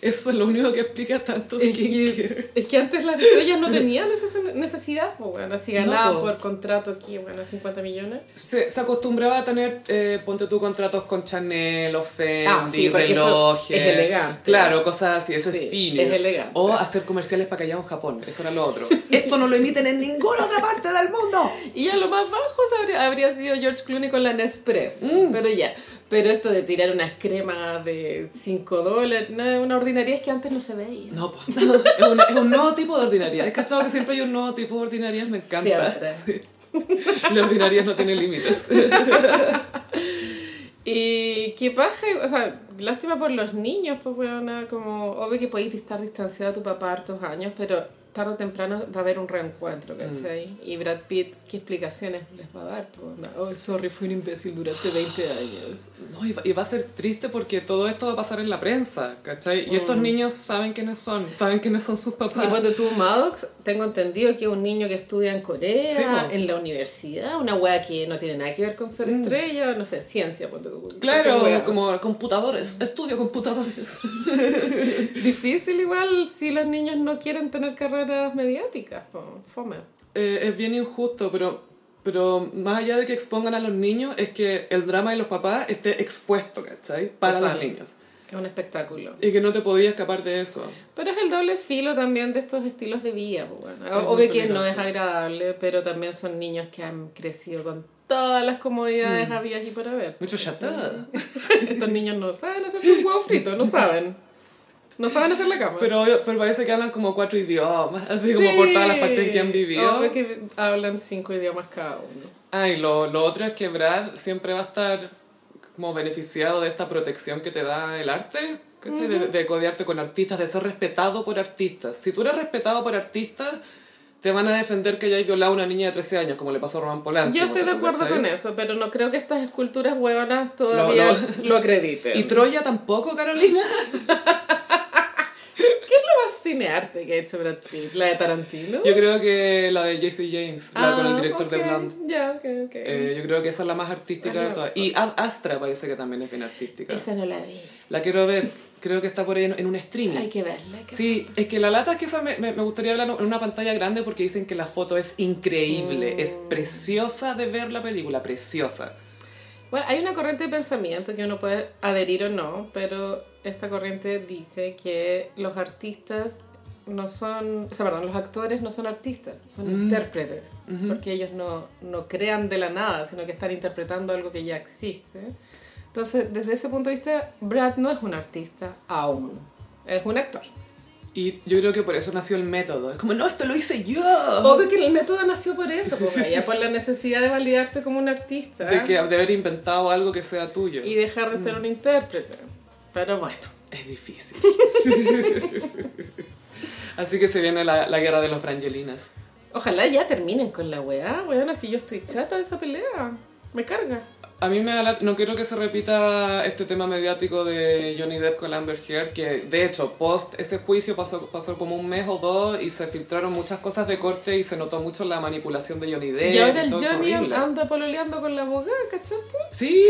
Eso es lo único que explica tanto
Es
skincare.
que, es que antes las estrellas no tenían esa necesidad, pues, weón. Así
No,
ganaban
po.
por contrato aquí, bueno, 50 millones.
Se, se acostumbraba a tener, eh, ponte tú, contratos con Chanel o Fendi,
Ah, sí, porque eso
relojes.
es elegante.
Claro, cosas así, eso
Sí,
es fino.
es elegante.
O hacer comerciales para que en Japón, eso era lo otro. Esto no lo emiten en ninguna otra parte del mundo.
Y ya lo más bajo habría, habría sido George Clooney con la Nespresso. Pero ya. Pero esto de tirar unas cremas de 5 dólares, no, es una ordinaria es que antes no se veía.
No, po. es, una- es un nuevo tipo de ordinariedad. Es cachado que siempre hay un nuevo tipo de ordinariedad, me encanta.
Siempre.
La ordinariedad no tiene límites.
Y qué paja, o sea, lástima por los niños, pues weona, como obvio que podéis estar distanciado de tu papá hartos años, pero tarde o temprano va a haber un
Mm.
reencuentro, ¿cachai? Y Brad Pitt, ¿qué explicaciones les va a dar? Pues, onda, oh, sorry, fui un imbécil durante 20 años.
No, y va, y va a ser triste porque todo esto va a pasar en la prensa, ¿cachai? Y estos niños saben quiénes son, saben quiénes son sus papás.
Y cuando tú, Maddox, tengo entendido que es un niño que estudia en Corea,
Sí, po. Mm.
en la universidad, una wea que no tiene nada que ver con ser estrella, no sé, ciencia, ponte tú.
Claro,
Cualquier wea.
como computadores, estudio computadores.
Difícil igual si los niños no quieren tener carreras mediáticas, po, fome.
Eh, es bien injusto, pero, pero más allá de que expongan a los niños, es que el drama de los papás esté expuesto, ¿cachai? Para
Total.
los niños.
Es un espectáculo.
Y que no te podías escapar de eso.
Pero es el doble filo también de estos estilos de vida. pues, bueno.
Es muy
Obvio que no
peligroso.
es agradable, pero también son niños que han crecido con todas las comodidades habidas y por haber.
Mm. Mucho chatada.
Estos niños no saben hacer sus huevos fritos, no saben. No saben hacer la cama.
Pero, pero parece que hablan como cuatro idiomas, así como por todas las partes en que han vivido.
Obvio que hablan cinco idiomas cada uno.
Ah, y lo, lo otro es que Brad siempre va a estar como beneficiado de esta protección que te da el arte, ¿cachai? de, de codearte con artistas, de ser respetado por artistas. Si tú eres respetado por artistas, te van a defender que hayas violado a una niña de 13 años, como le pasó a Roman Polanski.
Yo estoy de
¿cachai?
acuerdo con eso, pero no creo que estas esculturas huevonas todavía
todavía
lo acrediten.
¿Y Troya tampoco, Carolina?
más cinearte que ha hecho Brad Pitt? ¿La de Tarantino?
Yo creo que la de JC James, la con el director de
Ah, ok,
Blonde.
Ya, ok, ok.
Eh, yo creo que esa es la más artística de todas. Y Ad Astra parece que también es bien artística.
Esa no la vi.
La quiero ver. Creo que está por ahí en, en un streaming.
Hay que verla. hay que-
Sí, es que la lata es que esa me, me- me gustaría hablar en una pantalla grande porque dicen que la foto es increíble, es
Oh.
preciosa de ver la película, preciosa.
Bueno, hay una corriente de pensamiento que uno puede adherir o no, pero esta corriente dice que los artistas no son, o sea, perdón, los actores no son artistas, son
Mm.
intérpretes, porque ellos no, no crean de la nada, sino que están interpretando algo que ya existe. Entonces, desde ese punto de vista, Brad no es un artista aún, es un actor.
Y yo creo que por eso nació el método. Es como, no, esto lo hice yo.
Obvio que el método nació por eso, po, Gaya, por la necesidad de validarte como un artista
De, que, Mm. de haber inventado algo que sea tuyo.
y dejar de ser un intérprete. Pero bueno.
Es difícil. Así que se viene la, la guerra de los frangelinas.
Ojalá ya terminen con la weá, weón, así yo estoy chata de esa pelea. Me carga.
A mí me da la- no quiero que se repita este tema mediático de Johnny Depp con Amber Heard, que de hecho, post ese juicio pasó, pasó como un mes o dos y se filtraron muchas cosas de corte y se notó mucho la manipulación de Johnny Depp.
y ahora el
Eh, todo fue
Johnny
horrible.
anda pololeando con la abogada, ¿cachaste?
¡Sí!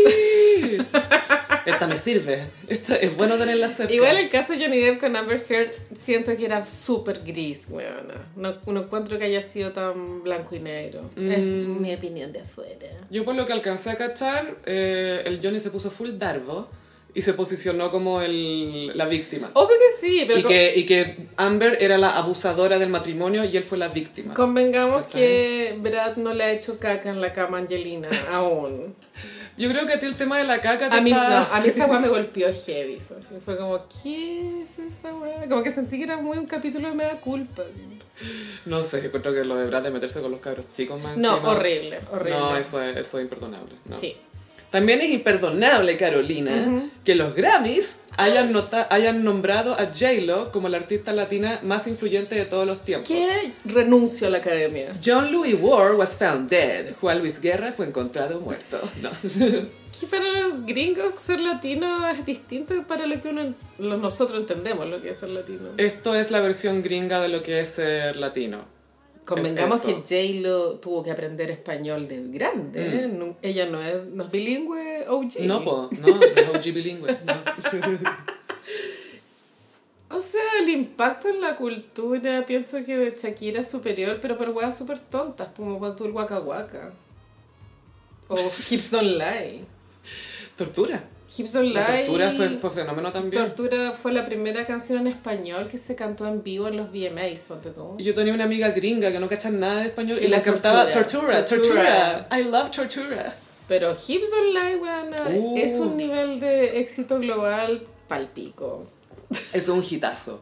Esta me sirve. Esta, es bueno tenerla cerca.
Igual el caso de Johnny Depp con Amber Heard siento que era súper gris, weona. No, no encuentro que haya sido tan blanco y negro. Es
Mm.
mi opinión de afuera.
Yo por lo que alcancé a cachar, eh, el Johnny se puso full dardo y se posicionó como el, la víctima.
Obvio que sí, pero
Y
co-
que, y que Amber era la abusadora del matrimonio y él fue la víctima.
convengamos
¿Cachai?
que Brad no le ha hecho caca en la cama a Angelina aún.
Yo creo que a ti el tema de la caca te
A mí, no,
está-
a mí esa weá me golpeó heavy. Sofi. Fue como, ¿qué es esta weá? Como que sentí que era muy un capítulo de me da culpa.
No sé, yo creo que lo de Brad de meterse con los cabros chicos más
No,
encima-
horrible, horrible.
Ah, No, eso es, eso es imperdonable. no.
Sí.
También es imperdonable, Carolina, que los Grammys hayan, nota- hayan nombrado a J-Lo como la artista latina más influyente de todos los tiempos.
¿Qué? Renuncio a la academia.
John Louis Ward was found dead. Juan Luis Guerra fue encontrado muerto. No.
Que para los gringos ser latino es distinto para lo que uno, los nosotros entendemos lo que es ser latino.
Esto es la versión gringa de lo que es ser latino.
Convengamos
es eso. Mm.
que J-Lo tuvo que aprender español de grande. ¿eh? No- Ella no es, no es bilingüe OJ.
No, po, no, no es OG bilingüe. no.
O sea, el impacto en la cultura, pienso que de Shakira es superior, pero por weas súper tontas, como cuando el Waka Waka. O Hips Don't Lie.
Tortura.
Hips Don't Lie.
La tortura fue, fue fenómeno también.
Tortura fue la primera canción en español que se cantó en vivo en los VMAs, ponte tú.
Yo tenía una amiga gringa que no cachaba nada de español y,
Y
la
la
cantaba tortura,
tortura,
tortura, I love tortura.
Pero Hips Don't Lie, weona,
Uh.
es un nivel de éxito global palpico.
Es un hitazo.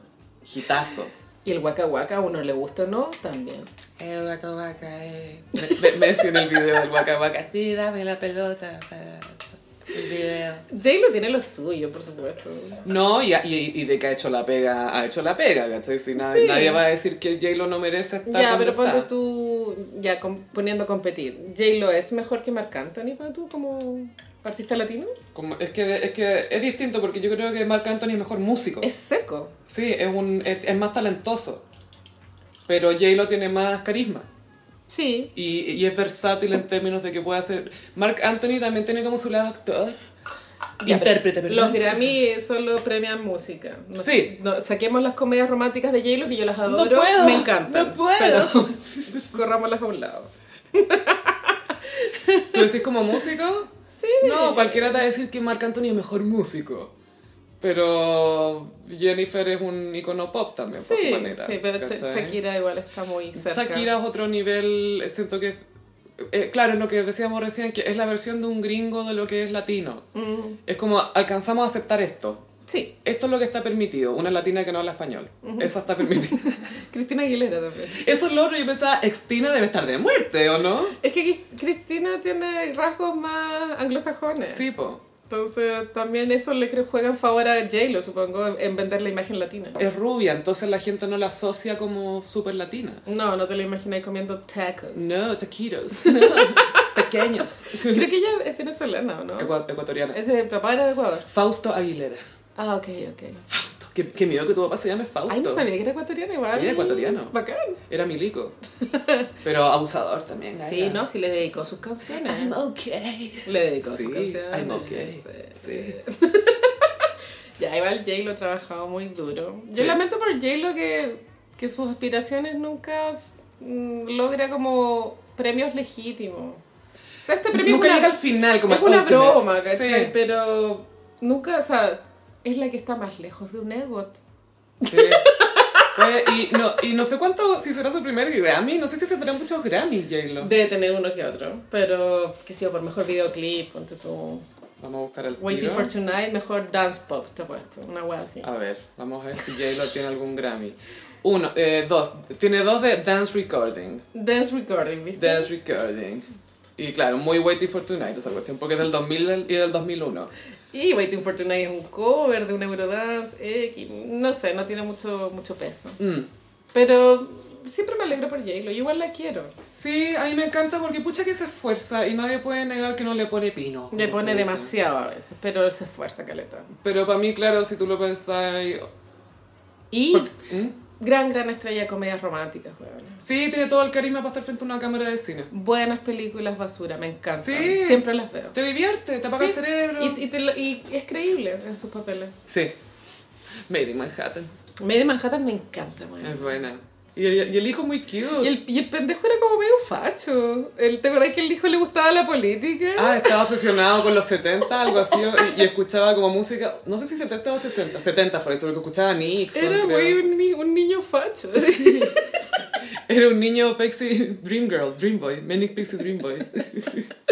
Hitazo.
Y el Waka Waka, a uno le gusta o no, también.
El waka waka, eh. Me- me- Messi en el video del waka waka. Sí, dame la pelota para el video.
J-Lo tiene lo suyo, por supuesto.
No, y, y, y de que ha hecho la pega, ha hecho la pega, ¿cachai? Si na-
Sí.
nadie va a decir que J-Lo no merece estar
Ya,
donde
pero ponte
está.
tú, ya com- poniendo a competir. J-Lo es mejor que Marc Anthony, ponte tú, como artista latino.
Como- es, que, es que es distinto porque yo creo que Marc Anthony es mejor músico.
Es seco.
Sí, es, un, es, es más talentoso. Pero J-Lo tiene más carisma.
Sí.
Y, y es versátil en términos de que puede hacer... Marc Anthony también tiene como su lado actor.
Ya, pero
Intérprete, perdón.
Los Grammy solo premian música. No-
Sí.
no, saquemos las comedias románticas de J-Lo, que yo las adoro.
puedo,
Me encantan.
no puedo.
pero corrámoslas a un lado.
¿Tú decís como músico?
Sí.
No, cualquiera te va a decir que Marc Anthony es mejor músico. Pero Jennifer es un icono pop también, por su
Sí,
manera.
sí, pero Sha-
¿cachai?
Shakira igual está muy cerca.
Shakira es otro nivel, siento que... eh, claro, es lo que decíamos recién, que es la versión de un gringo de lo que es latino. Es como, alcanzamos a aceptar esto.
Mm. Sí.
Esto es lo que está permitido, una latina que no habla español. Esa está permitida.
Cristina Aguilera también.
Eso es lo otro, yo pensaba, Extina debe estar de muerte, ¿o no?
Es que Cris- Cristina tiene rasgos más anglosajones.
Sí, po.
Entonces también eso le creo juega en favor a J-Lo, supongo, en- en vender la imagen latina.
Es rubia, entonces la gente no la asocia como súper latina.
No, no te lo imagináis comiendo tacos.
No, taquitos. Pequeños.
Creo que ella es venezolana, ¿o no?
Ecua- ecuatoriana.
Es de papá era de Ecuador.
Fausto Aguilera.
Ah, ok, ok.
Fausto. Qué, qué miedo que tu papá se llame
Ay, no
Fausto.
sabía que era ecuatoriana igual.
Sí, ecuatoriano.
Bacán.
Era milico. Pero abusador también.
Sí,
era.
no, sí le dedicó sus canciones.
I'm okay.
Le dedicó
Sí,
sus canciones.
I'm okay. Sí.
Ya, igual J-Lo ha trabajado muy duro. Yo
Sí.
lamento por J-Lo que, que sus aspiraciones nunca s- mm, logra como premios legítimos. O sea, este premio
Nunca
es
llega
una,
al final como
es
el
una
ultimate.
broma, ¿cachai?
Sí,
Pero nunca, o sea, es la que está más lejos de un ego.
sí. Fue- y, no, y no sé cuánto, si será su primer Grammy, no sé si se tendrán muchos Grammys, J-Lo.
Debe tener uno que otro, pero qué sé yo, por mejor videoclip, ponte tú.
Vamos a buscar el
Waiting
tiro.
for Tonight, mejor dance pop, te he puesto, una wea así.
A ver, vamos a ver si J-Lo tiene algún Grammy. Uno, eh, dos. Tiene dos de Dance Recording.
Dance recording, ¿viste?
Dance Recording. Y claro, muy Waiting for Tonight esa cuestión, porque es del 2000 y del 2001.
Y Waiting for Tonight es un cover de un Eurodance, X, no sé, no tiene mucho, mucho peso.
Mm.
Pero siempre me alegro por J-Lo, yo igual la quiero.
Sí, a mí me encanta porque pucha que se esfuerza y nadie puede negar que no le pone pino.
Le
como
pone
se dice.
demasiado a veces, pero se esfuerza, Caleta.
Pero para mí, claro, si tú lo pensás...
Y
¿Mm?
gran, gran estrella de comedias románticas, weón.
Sí, tiene todo el carisma para estar frente a una cámara de cine.
Buenas películas basura, me encantan.
Sí.
Siempre las veo.
Te divierte, te apaga
Sí,
el cerebro.
Y, y te lo- y es creíble en sus papeles.
Sí. Made in Manhattan.
Medio Manhattan me encanta, weón.
Es buena. Y el, y el hijo muy
Y
cute.
el, y el pendejo era como medio facho. El, ¿Te acordás que el hijo le gustaba la política?
Ah, estaba obsesionado con los 70, algo así, y, y escuchaba como música, no sé si 70 o 60, 70 por eso, porque escuchaba Nixon,
era
creo.
güey, un, ni- un niño facho.
Era un niño Pixie Dream Girl, Dream Boy, Manic Pixie Dream Boy.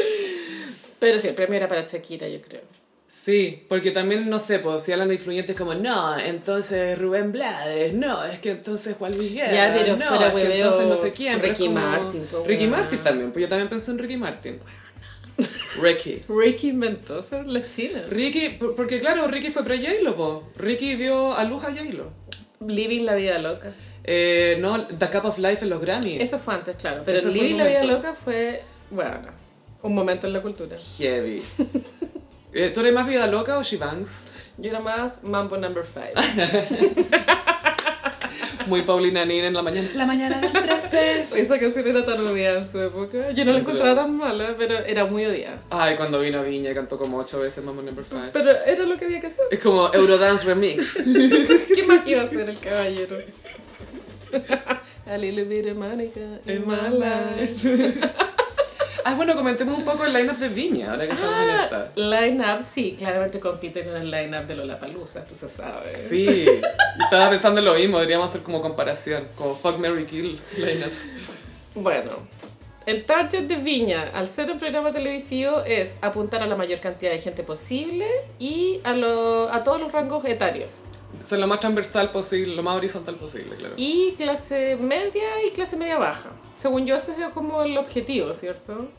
Pero sí, el premio era para Shakira, yo creo.
Sí, porque también, no sé, pues si hablan de influyentes como, no, entonces Rubén Blades, no, es que entonces Juan Luis Guerra,
Ya, pero
no,
fuera
es que
hueveo,
entonces no sé quién. pero es
Ricky Martin, po,
Ricky
weón.
Martin también, pues yo también pensé en Ricky Martin. Ricky.
Ricky inventó sobre la China.
Ricky, por- porque claro, Ricky fue pre-J-Lo, po. Ricky dio a luz a J-Lo.
Living la vida loca.
Eh, no, The Cup of Life en los Grammy.
Eso fue antes, claro. Pero
Ese fue
Living
el
la vida
momento.
loca fue, bueno, un momento en la cultura.
Heavy. Eh, ¿Tú eres más vida loca o Shivangs?
Yo era más Mambo Number 5.
Muy Paulina Nina en la mañana. La mañana del 13.
Esa canción era tan odiada en su época. Yo no la encontraba tan mala, pero era muy odiada.
Ay, cuando vino a Viña cantó como ocho veces Mambo Number Five.
Pero era lo que había que hacer.
Es como Eurodance Remix.
¿Qué más iba a hacer el caballero? A little bit of Monica in my life.
Ah, bueno, comentemos un poco el lineup de Viña, ahora que estamos en
Ah,
esta.
line-up, sí, claramente compite con el line-up de Lollapalooza, tú se sabes.
Sí, yo estaba pensando lo mismo, deberíamos hacer como comparación, como Fuck, Mary Kill lineup.
Bueno, el target de Viña, al ser un programa televisivo, es apuntar a la mayor cantidad de gente posible y a, lo- a todos los rangos etarios.
Ser lo más transversal posible, lo más horizontal posible, claro.
Y clase media y clase media baja. Según yo, ese es como el objetivo, ¿cierto?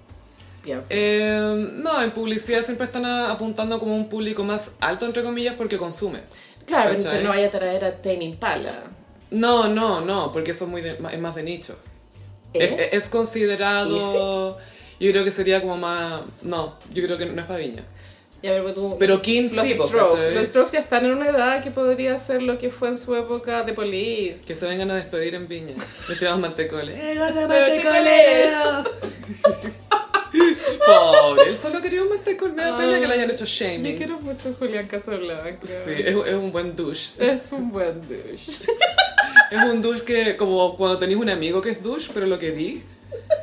Pienso.
Eh, no, en publicidad siempre están a- apuntando como un público más alto, entre comillas, porque consume.
claro,
¿cachai?
pero no vaya a traer a Tame Impala.
No, no, no, porque eso es, muy de- ma- es más de nicho. Es, Eh, es- es considerado... Yo creo que sería como más... No, yo creo que no es para Viña.
Y a ver, pues tú-
Pero Kim
los
sí, po,
Strokes.
¿cachai?
Los Strokes ya están en una edad que podría ser lo que fue en su época de Police.
Que se vengan a despedir en Viña. Me tiramos mantecoles. ¡Eh, gorda
mantecolero!
Pobre, él solo quería un mantecol. Me da pena que le hayan hecho
Yo
shaming.
quiero mucho a Julián Casablanca.
Sí, es, es un buen douche.
Es un buen douche.
Es un douche que, como cuando tenéis un amigo que es douche, pero lo querí.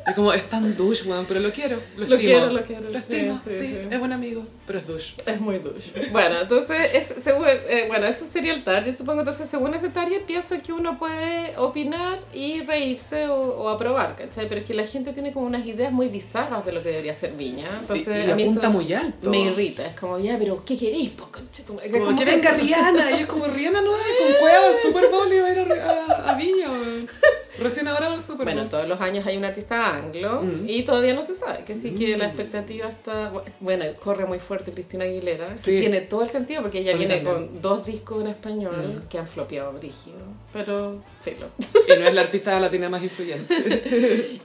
Es como, es tan douche, weón, pero lo quiero. Lo,
Lo
estimo.
quiero, lo quiero, sí,
estimo,
sí,
sí,
sí.
Es buen amigo, pero es douche.
Es muy douche. Bueno, entonces, es, según, eh, bueno, eso sería el target, supongo. Entonces, según ese target, pienso que uno puede opinar y reírse o, o aprobar, ¿cachai? Pero es que la gente tiene como unas ideas muy bizarras de lo que debería ser Viña. Entonces,
y, y
a mí eso
apunta muy alto.
me irrita. Es como, ya, pero ¿qué queréis, po, conche tu madre?
Como
¿Cómo
que
que
venga
eso?
Rihanna, y es como Rihanna no va con cueva al Super Bowl y va a ir a, Ri- a- a Viña. weón. Recién ahora va al Super Bowl.
Bueno, todos los años hay un artista anglo
Mm.
y todavía no se sabe, que sí que la expectativa está, bueno, corre muy fuerte Cristina Aguilera, que
Sí.
tiene todo el sentido porque ella
A mí
viene
también. Mm.
con dos discos en español que han flopeado brígido, pero filo.
Y no es la artista latina más influyente.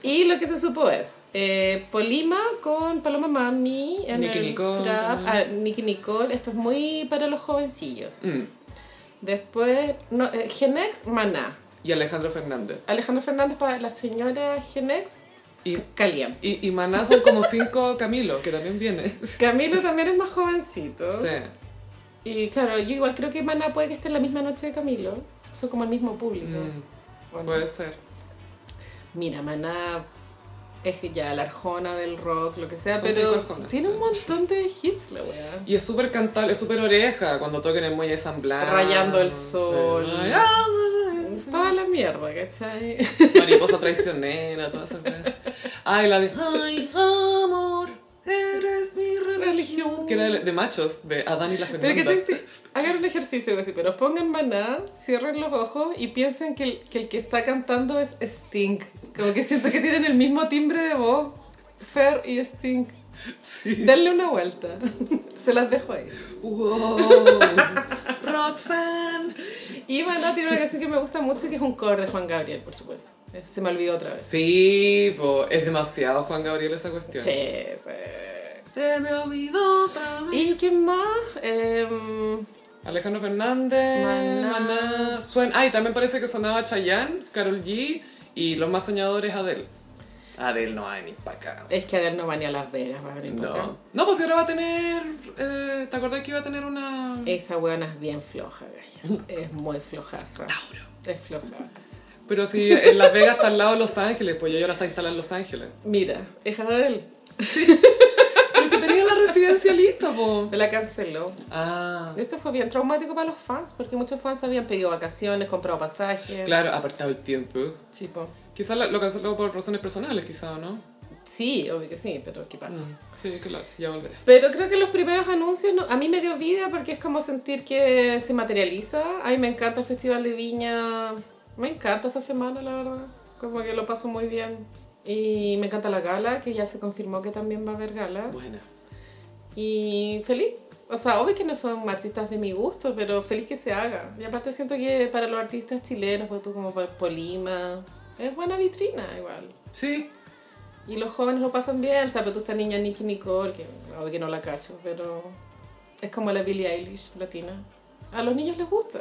Y lo que se supo es eh, Polima con Paloma Mami en
Nicki
el
Nicole
trap, ah,
también.
Nicki Nicole, esto es muy para los jovencillos.
Mm.
Después, no, eh, Genex, Maná.
Y Alejandro Fernández.
Alejandro Fernández para la señora Genex,
Y,
caliente.
y, y Maná son como cinco Camilo, que también viene. Sí.
Camilo también es más jovencito. Y claro, yo igual creo que Maná puede que esté en la misma noche de Camilo. Son como el mismo público.
Mm,
Bueno,
puede ser.
Mira, Maná es ya la arjona del rock, lo que sea,
Son
pero
cinco arjonas,
tiene
sí.
un montón de hits la weá.
Y es súper cantable, es súper oreja cuando toquen el muelle de San Blas.
Rayando el sol.
Sí. Ay, ah,
Todas mierda, ¿cachai?
Mariposa traicionera, todas esas cosas. Ay, la de Ay, amor, eres mi religión. Que era de, de machos, de Adán y la
Pero que
Fernanda.
te dice, hagan un ejercicio así, pero pongan maná, cierren los ojos y piensen que el que, el que está cantando es Sting. Como que siento que tienen el mismo timbre de voz, Fer y Sting. Denle una vuelta. Se las dejo ahí.
Wow, Roxanne.
Y maná tiene una canción que me gusta mucho que es un cover de Juan Gabriel, por supuesto. Eh, Se me olvidó otra vez.
Sí, po, es demasiado Juan Gabriel esa cuestión.
Sí, sí.
Te me olvidó otra vez.
¿Y quién más? Em,
Alejandro Fernández,
Maná.
Maná. suena. Ay, también parece que sonaba Chayanne, Carol G y los más soñadores Adele. Adele no hay ni para acá.
es que Adel no va ni a Las Vegas, va a venir para acá.
No. no, pues ahora va a tener. eh, ¿Te acordás que iba a tener una.
Esa weona es bien floja, Gaya. Es muy flojaza.
Tauro.
Es flojaza.
Pero si en Las Vegas está al lado de Los Ángeles, pues ya ahora está instalada en Los Ángeles.
Mira, es Adele.
Pero si tenía la residencia lista, po.
Se la canceló.
Ah.
Esto fue bien traumático para los fans, porque muchos fans habían pedido vacaciones, comprado pasajes.
Claro, apartado el tiempo.
Tipo,
Quizás la- lo canceló por razones personales, quizás, ¿no?
sí, obvio que sí, pero qué pasa.
Sí, claro, ya volverá.
Pero creo que los primeros anuncios no- a mí me dio vida porque es como sentir que se materializa. Ay, me encanta el Festival de Viña. Me encanta esa semana, la verdad. Como que lo paso muy bien. Y me encanta la gala, que ya se confirmó que también va a haber gala.
Bueno.
Y feliz. O sea, obvio que no son artistas de mi gusto, pero feliz que se haga. Y aparte siento que para los artistas chilenos, pues tú como pa- Polima, es buena vitrina igual.
Sí,
Y los jóvenes lo pasan bien, o sea, pero tú esta niña Nicki Nicole, que obvio que no la cacho, pero es como la Billie Eilish latina. A los niños les gusta.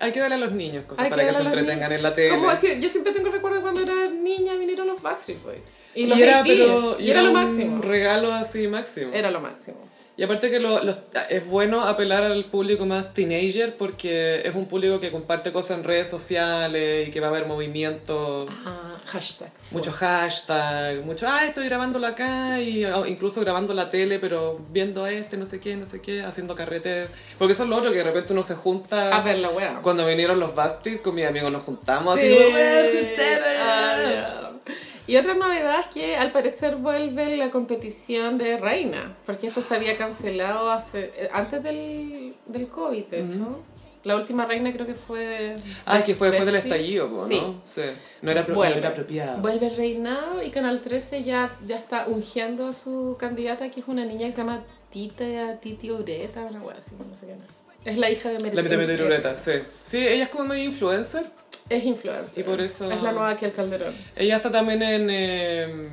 Hay que darle a los niños cosas
Hay
para que,
darle
se
a los
entretengan
niños-
en la tele.
Como es que yo siempre tengo recuerdo de cuando era niña vinieron los Backstreet Boys. Y,
Y
los
era,
80s,
pero,
y era lo
un
máximo.
regalo así máximo.
Era lo máximo.
Y aparte que lo- los- es bueno apelar al público más teenager porque es un público que comparte cosas en redes sociales y que va a haber movimiento,
Ah, hashtag.
muchos hashtags, mucho, ah, estoy grabándolo acá y o incluso grabando la tele, pero viendo a este, no sé qué, no sé qué, haciendo carretes. Porque eso es lo otro, que de repente uno se junta.
A ver la wea.
Cuando vinieron los Backstreet, con mis amigos nos juntamos
Sí.
así como, "Weón, juntémonos".
Ah, ya. Y otra novedad es que al parecer vuelve la competición de Reina, porque esto se había cancelado hace, eh, antes del, del COVID, de hecho. La última Reina creo que fue...
Ah, es que fue después del
Betsy.
estallido, po, ¿no?
Pues Sí.
Sí. No era, apro- no
Vuelve.
era apropiado.
Vuelve Reinado y Canal 13 ya, ya está ungiendo a su candidata, que es una niña que se llama Tita, Titi Ureta, una wea así, no sé qué. nada. Es la hija de Mer-
La mitad de Ureta, sí. Sí, ella es como medio influencer.
Es influencer.
Y por eso-
Es la nueva que el Calderón.
Ella está también en eh,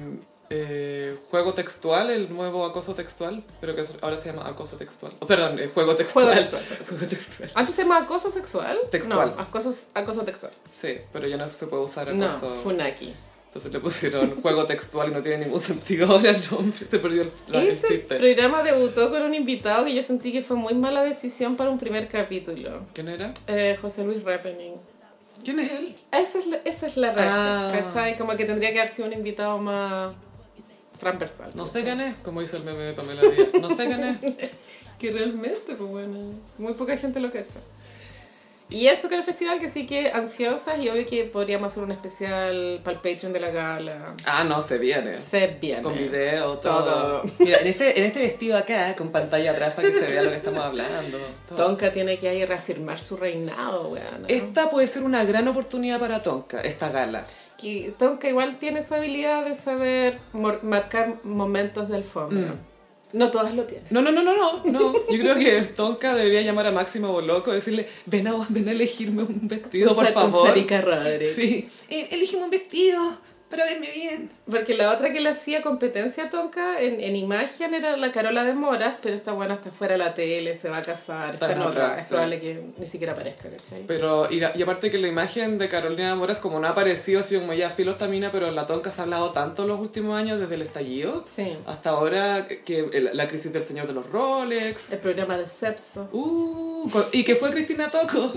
eh, Juego Textual, el nuevo acoso textual, pero que es- ahora se llama acoso textual. Oh, perdón, eh, Juego Textual.
Juego Textual.
Juego textual.
Antes se llamaba acoso sexual.
Textual.
No, acoso, acoso textual.
Sí, pero ya no se puede usar
No,
acoso.
Funaki.
Entonces le pusieron Juego Textual y no tiene ningún sentido ahora el nombre. Se perdió el, la- el
Ese
chiste.
programa debutó con un invitado que yo sentí que fue muy mala decisión para un primer capítulo.
¿Quién era?
Eh, José Luis Repening.
¿Quién es él?
Esa es la, esa es la reacción,
Ah.
¿cachai? Como que tendría que haber sido un invitado más transversal.
No sé quién es, como dice el meme de Pamela Díaz. No sé quién es.
Que realmente, pues bueno, muy poca gente lo cacha. Y eso que era el festival, que sí que ansiosas y obvio que podríamos hacer un especial para el Patreon de la gala.
Ah, no, se viene.
Se viene.
Con video,
Todo.
todo. Mira, en este, en este vestido acá, con pantalla atrás para que se vea lo que estamos hablando. todo.
Tonka tiene que ahí reafirmar su reinado, weón.
Esta puede ser una gran oportunidad para Tonka, esta gala.
Que Tonka igual tiene esa habilidad de saber mor- marcar momentos del fondo. No todas lo tienen.
No, no, no, no, no, no. Yo creo que Tonka debería llamar a Máxima Boloco y decirle, ven a, ven a elegirme un vestido, por
Usa-
favor.
Usarica Rodríguez.
Sí. Eh, elígeme un vestido para verme bien.
Porque la otra que le hacía competencia a Tonka en, en imagen era la Carola de Moras, pero esta buena está fuera de la tele, se va a casar, está,
Está
en
en
otra.
otra,
Es
sí.
probable que ni siquiera aparezca, ¿cachai?
Pero, y, la- y aparte que la imagen de Carolina Moras como no ha aparecido, ha sido como ya filostamina, pero la Tonka se ha hablado tanto los últimos años desde el estallido.
Sí.
Hasta ahora que- que el- la crisis del señor de los Rolex.
El programa de Sepso.
Uh, con- y que fue Cristina Toco.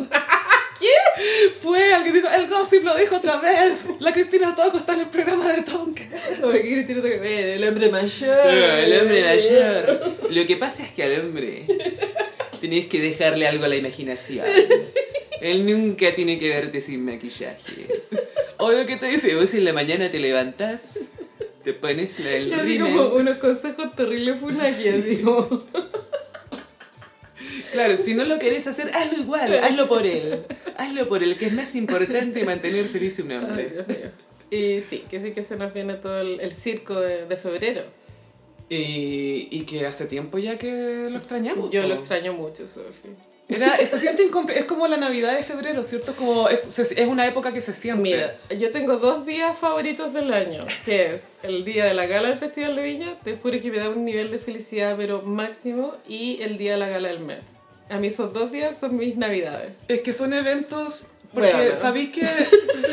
¿Qué? Fue alguien dijo, el gossip lo dijo otra vez. La Cristina Toco está en el programa de Tonka.
Oye, ¿qué tiene que ver? El hombre mayor. Eh.
Lo que pasa es que al hombre tenéis que dejarle algo a la imaginación. Él nunca tiene que verte sin maquillaje. obvio que te dice, vos en la mañana te levantás, te pones la el
Yo así
rímel.
como unos consejos terribles funaki, así como...
Claro, si no lo querés hacer, hazlo igual, hazlo por él. Hazlo por él, que es más importante mantener feliz un
Ay,
hombre.
Dios mío. Y sí, que sí que se nos viene todo el, el circo de, de febrero.
Y, y que hace tiempo ya que lo extrañamos.
Yo
po.
lo extraño mucho, Sofi.
Era, se siente incomple- es como la Navidad de febrero, ¿cierto? Como es, se- es una época que se siente.
Mira, yo tengo dos días favoritos del año, que es el día de la gala del Festival de Viña, te juro que me da un nivel de felicidad pero máximo, y el día de la gala del Met. A mí esos dos días son mis navidades.
Es que son eventos porque
Bueno.
sabéis que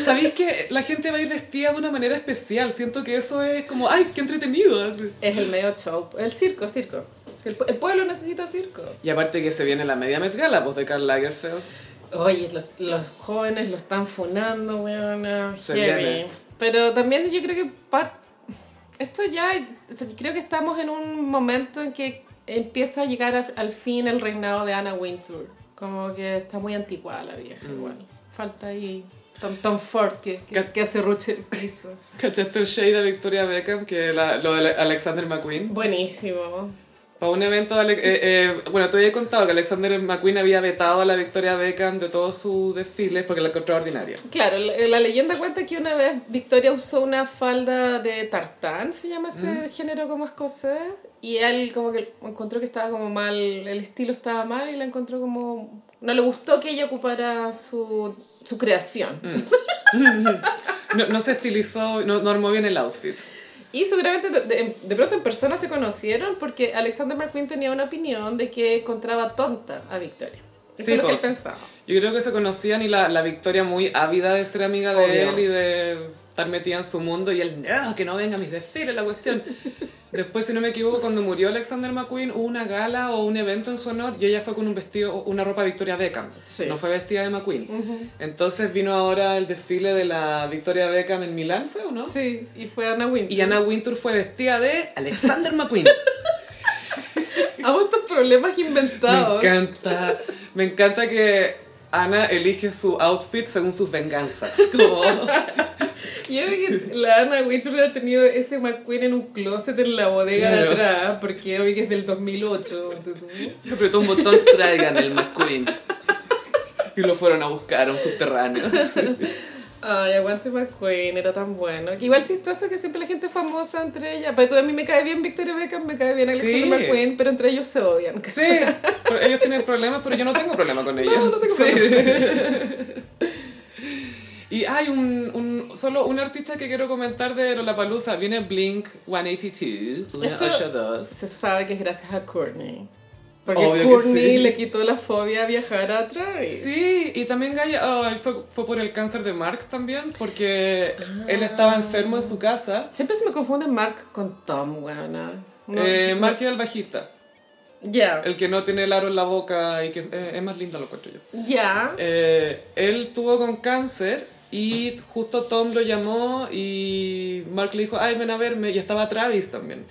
sabéis que la gente va a ir vestida de una manera especial. Siento que eso es como, ay, qué entretenido. así.
Es el medio show, el circo, circo. El, pue- el pueblo necesita circo.
Y aparte que se viene la media Met Gala, pues de Karl Lagerfeld.
Oye, los, los jóvenes lo están funando, weona.
Se
heavy.
viene.
Pero también yo creo que par- esto ya, creo que estamos en un momento en que empieza a llegar a- al fin el reinado de Anna Wintour. Como que está muy anticuada la vieja, igual. Falta ahí Tom, Tom Ford que, que,
Mm. Cat-
que hace ruche el piso.
¿Cachaste el shade de Victoria Beckham? Que la- lo de Alexander McQueen.
Buenísimo.
Para un evento, de Ale- eh, eh, bueno, te había contado que Alexander McQueen había vetado a la Victoria Beckham de todos sus desfiles porque la encontró ordinaria.
Claro, la, la leyenda cuenta que una vez Victoria usó una falda de tartán, se llama ese
Mm.
género como escocés, y él como que encontró que estaba como mal, el estilo estaba mal y la encontró como... No le gustó que ella ocupara su, su creación.
Mm. No, no se estilizó, no, no armó bien el outfit.
Y seguramente de, de- de pronto en persona se conocieron porque Alexander McQueen tenía una opinión de que encontraba tonta a Victoria. Eso
Sí,
es lo que él
pues.
pensaba.
Yo creo que se conocían y la, la Victoria muy ávida de ser amiga de
Obvio.
él y de estar metida en su mundo y él, no, que no venga a mis desfiles la cuestión. Después, si no me equivoco, cuando murió Alexander McQueen hubo una gala o un evento en su honor y ella fue con un vestido, una ropa Victoria Beckham.
Sí.
No fue vestida de McQueen. Entonces vino ahora el desfile de la Victoria Beckham en Milán, ¿fue o no?
Sí, y fue Anna Wintour.
Y Anna Wintour fue vestida de Alexander McQueen.
Amo estos problemas
Me
inventados.
encanta. Me encanta que Ana elige su outfit según sus venganzas. Como...
Yo creo que la Ana Wintour debe haber tenido ese McQueen en un closet en la bodega
Claro.
de atrás, porque hoy que es del 2008. ponte tú.
Y apretó un botón, traigan el McQueen. Y lo fueron a buscar a un subterráneo.
Ay, aguante McQueen, era tan bueno. Que igual chistoso que siempre la gente famosa entre ellas. Pero tú, a mí me cae bien Victoria Beckham, me cae bien Alexander
Sí.
McQueen, pero entre ellos se odian.
Sí,
¿cachai?
pero ellos tienen problemas, pero yo no tengo problema con ellos.
No, no tengo
Sí. Y hay un, un- solo un artista que quiero comentar de Lollapalooza. Viene Blink 182, una
Esto-
Usher 2.
Se sabe que es gracias a Courtney. Porque
Obvio que
Courtney
sí.
le quitó la fobia a viajar a Travis.
Sí, y también Gaia ay, fue, fue por el cáncer de Mark también, porque él estaba enfermo en su casa.
Siempre se me confunde Mark con Tom, weona. No,
Eh,
no-
Mark era el bajista,
Ya.
el que no tiene el aro en la boca y que eh, es más lindo lo encuentro yo.
Ya.
Eh, él tuvo con cáncer y justo Tom lo llamó y Mark le dijo, ay, ven a verme. Y estaba Travis también.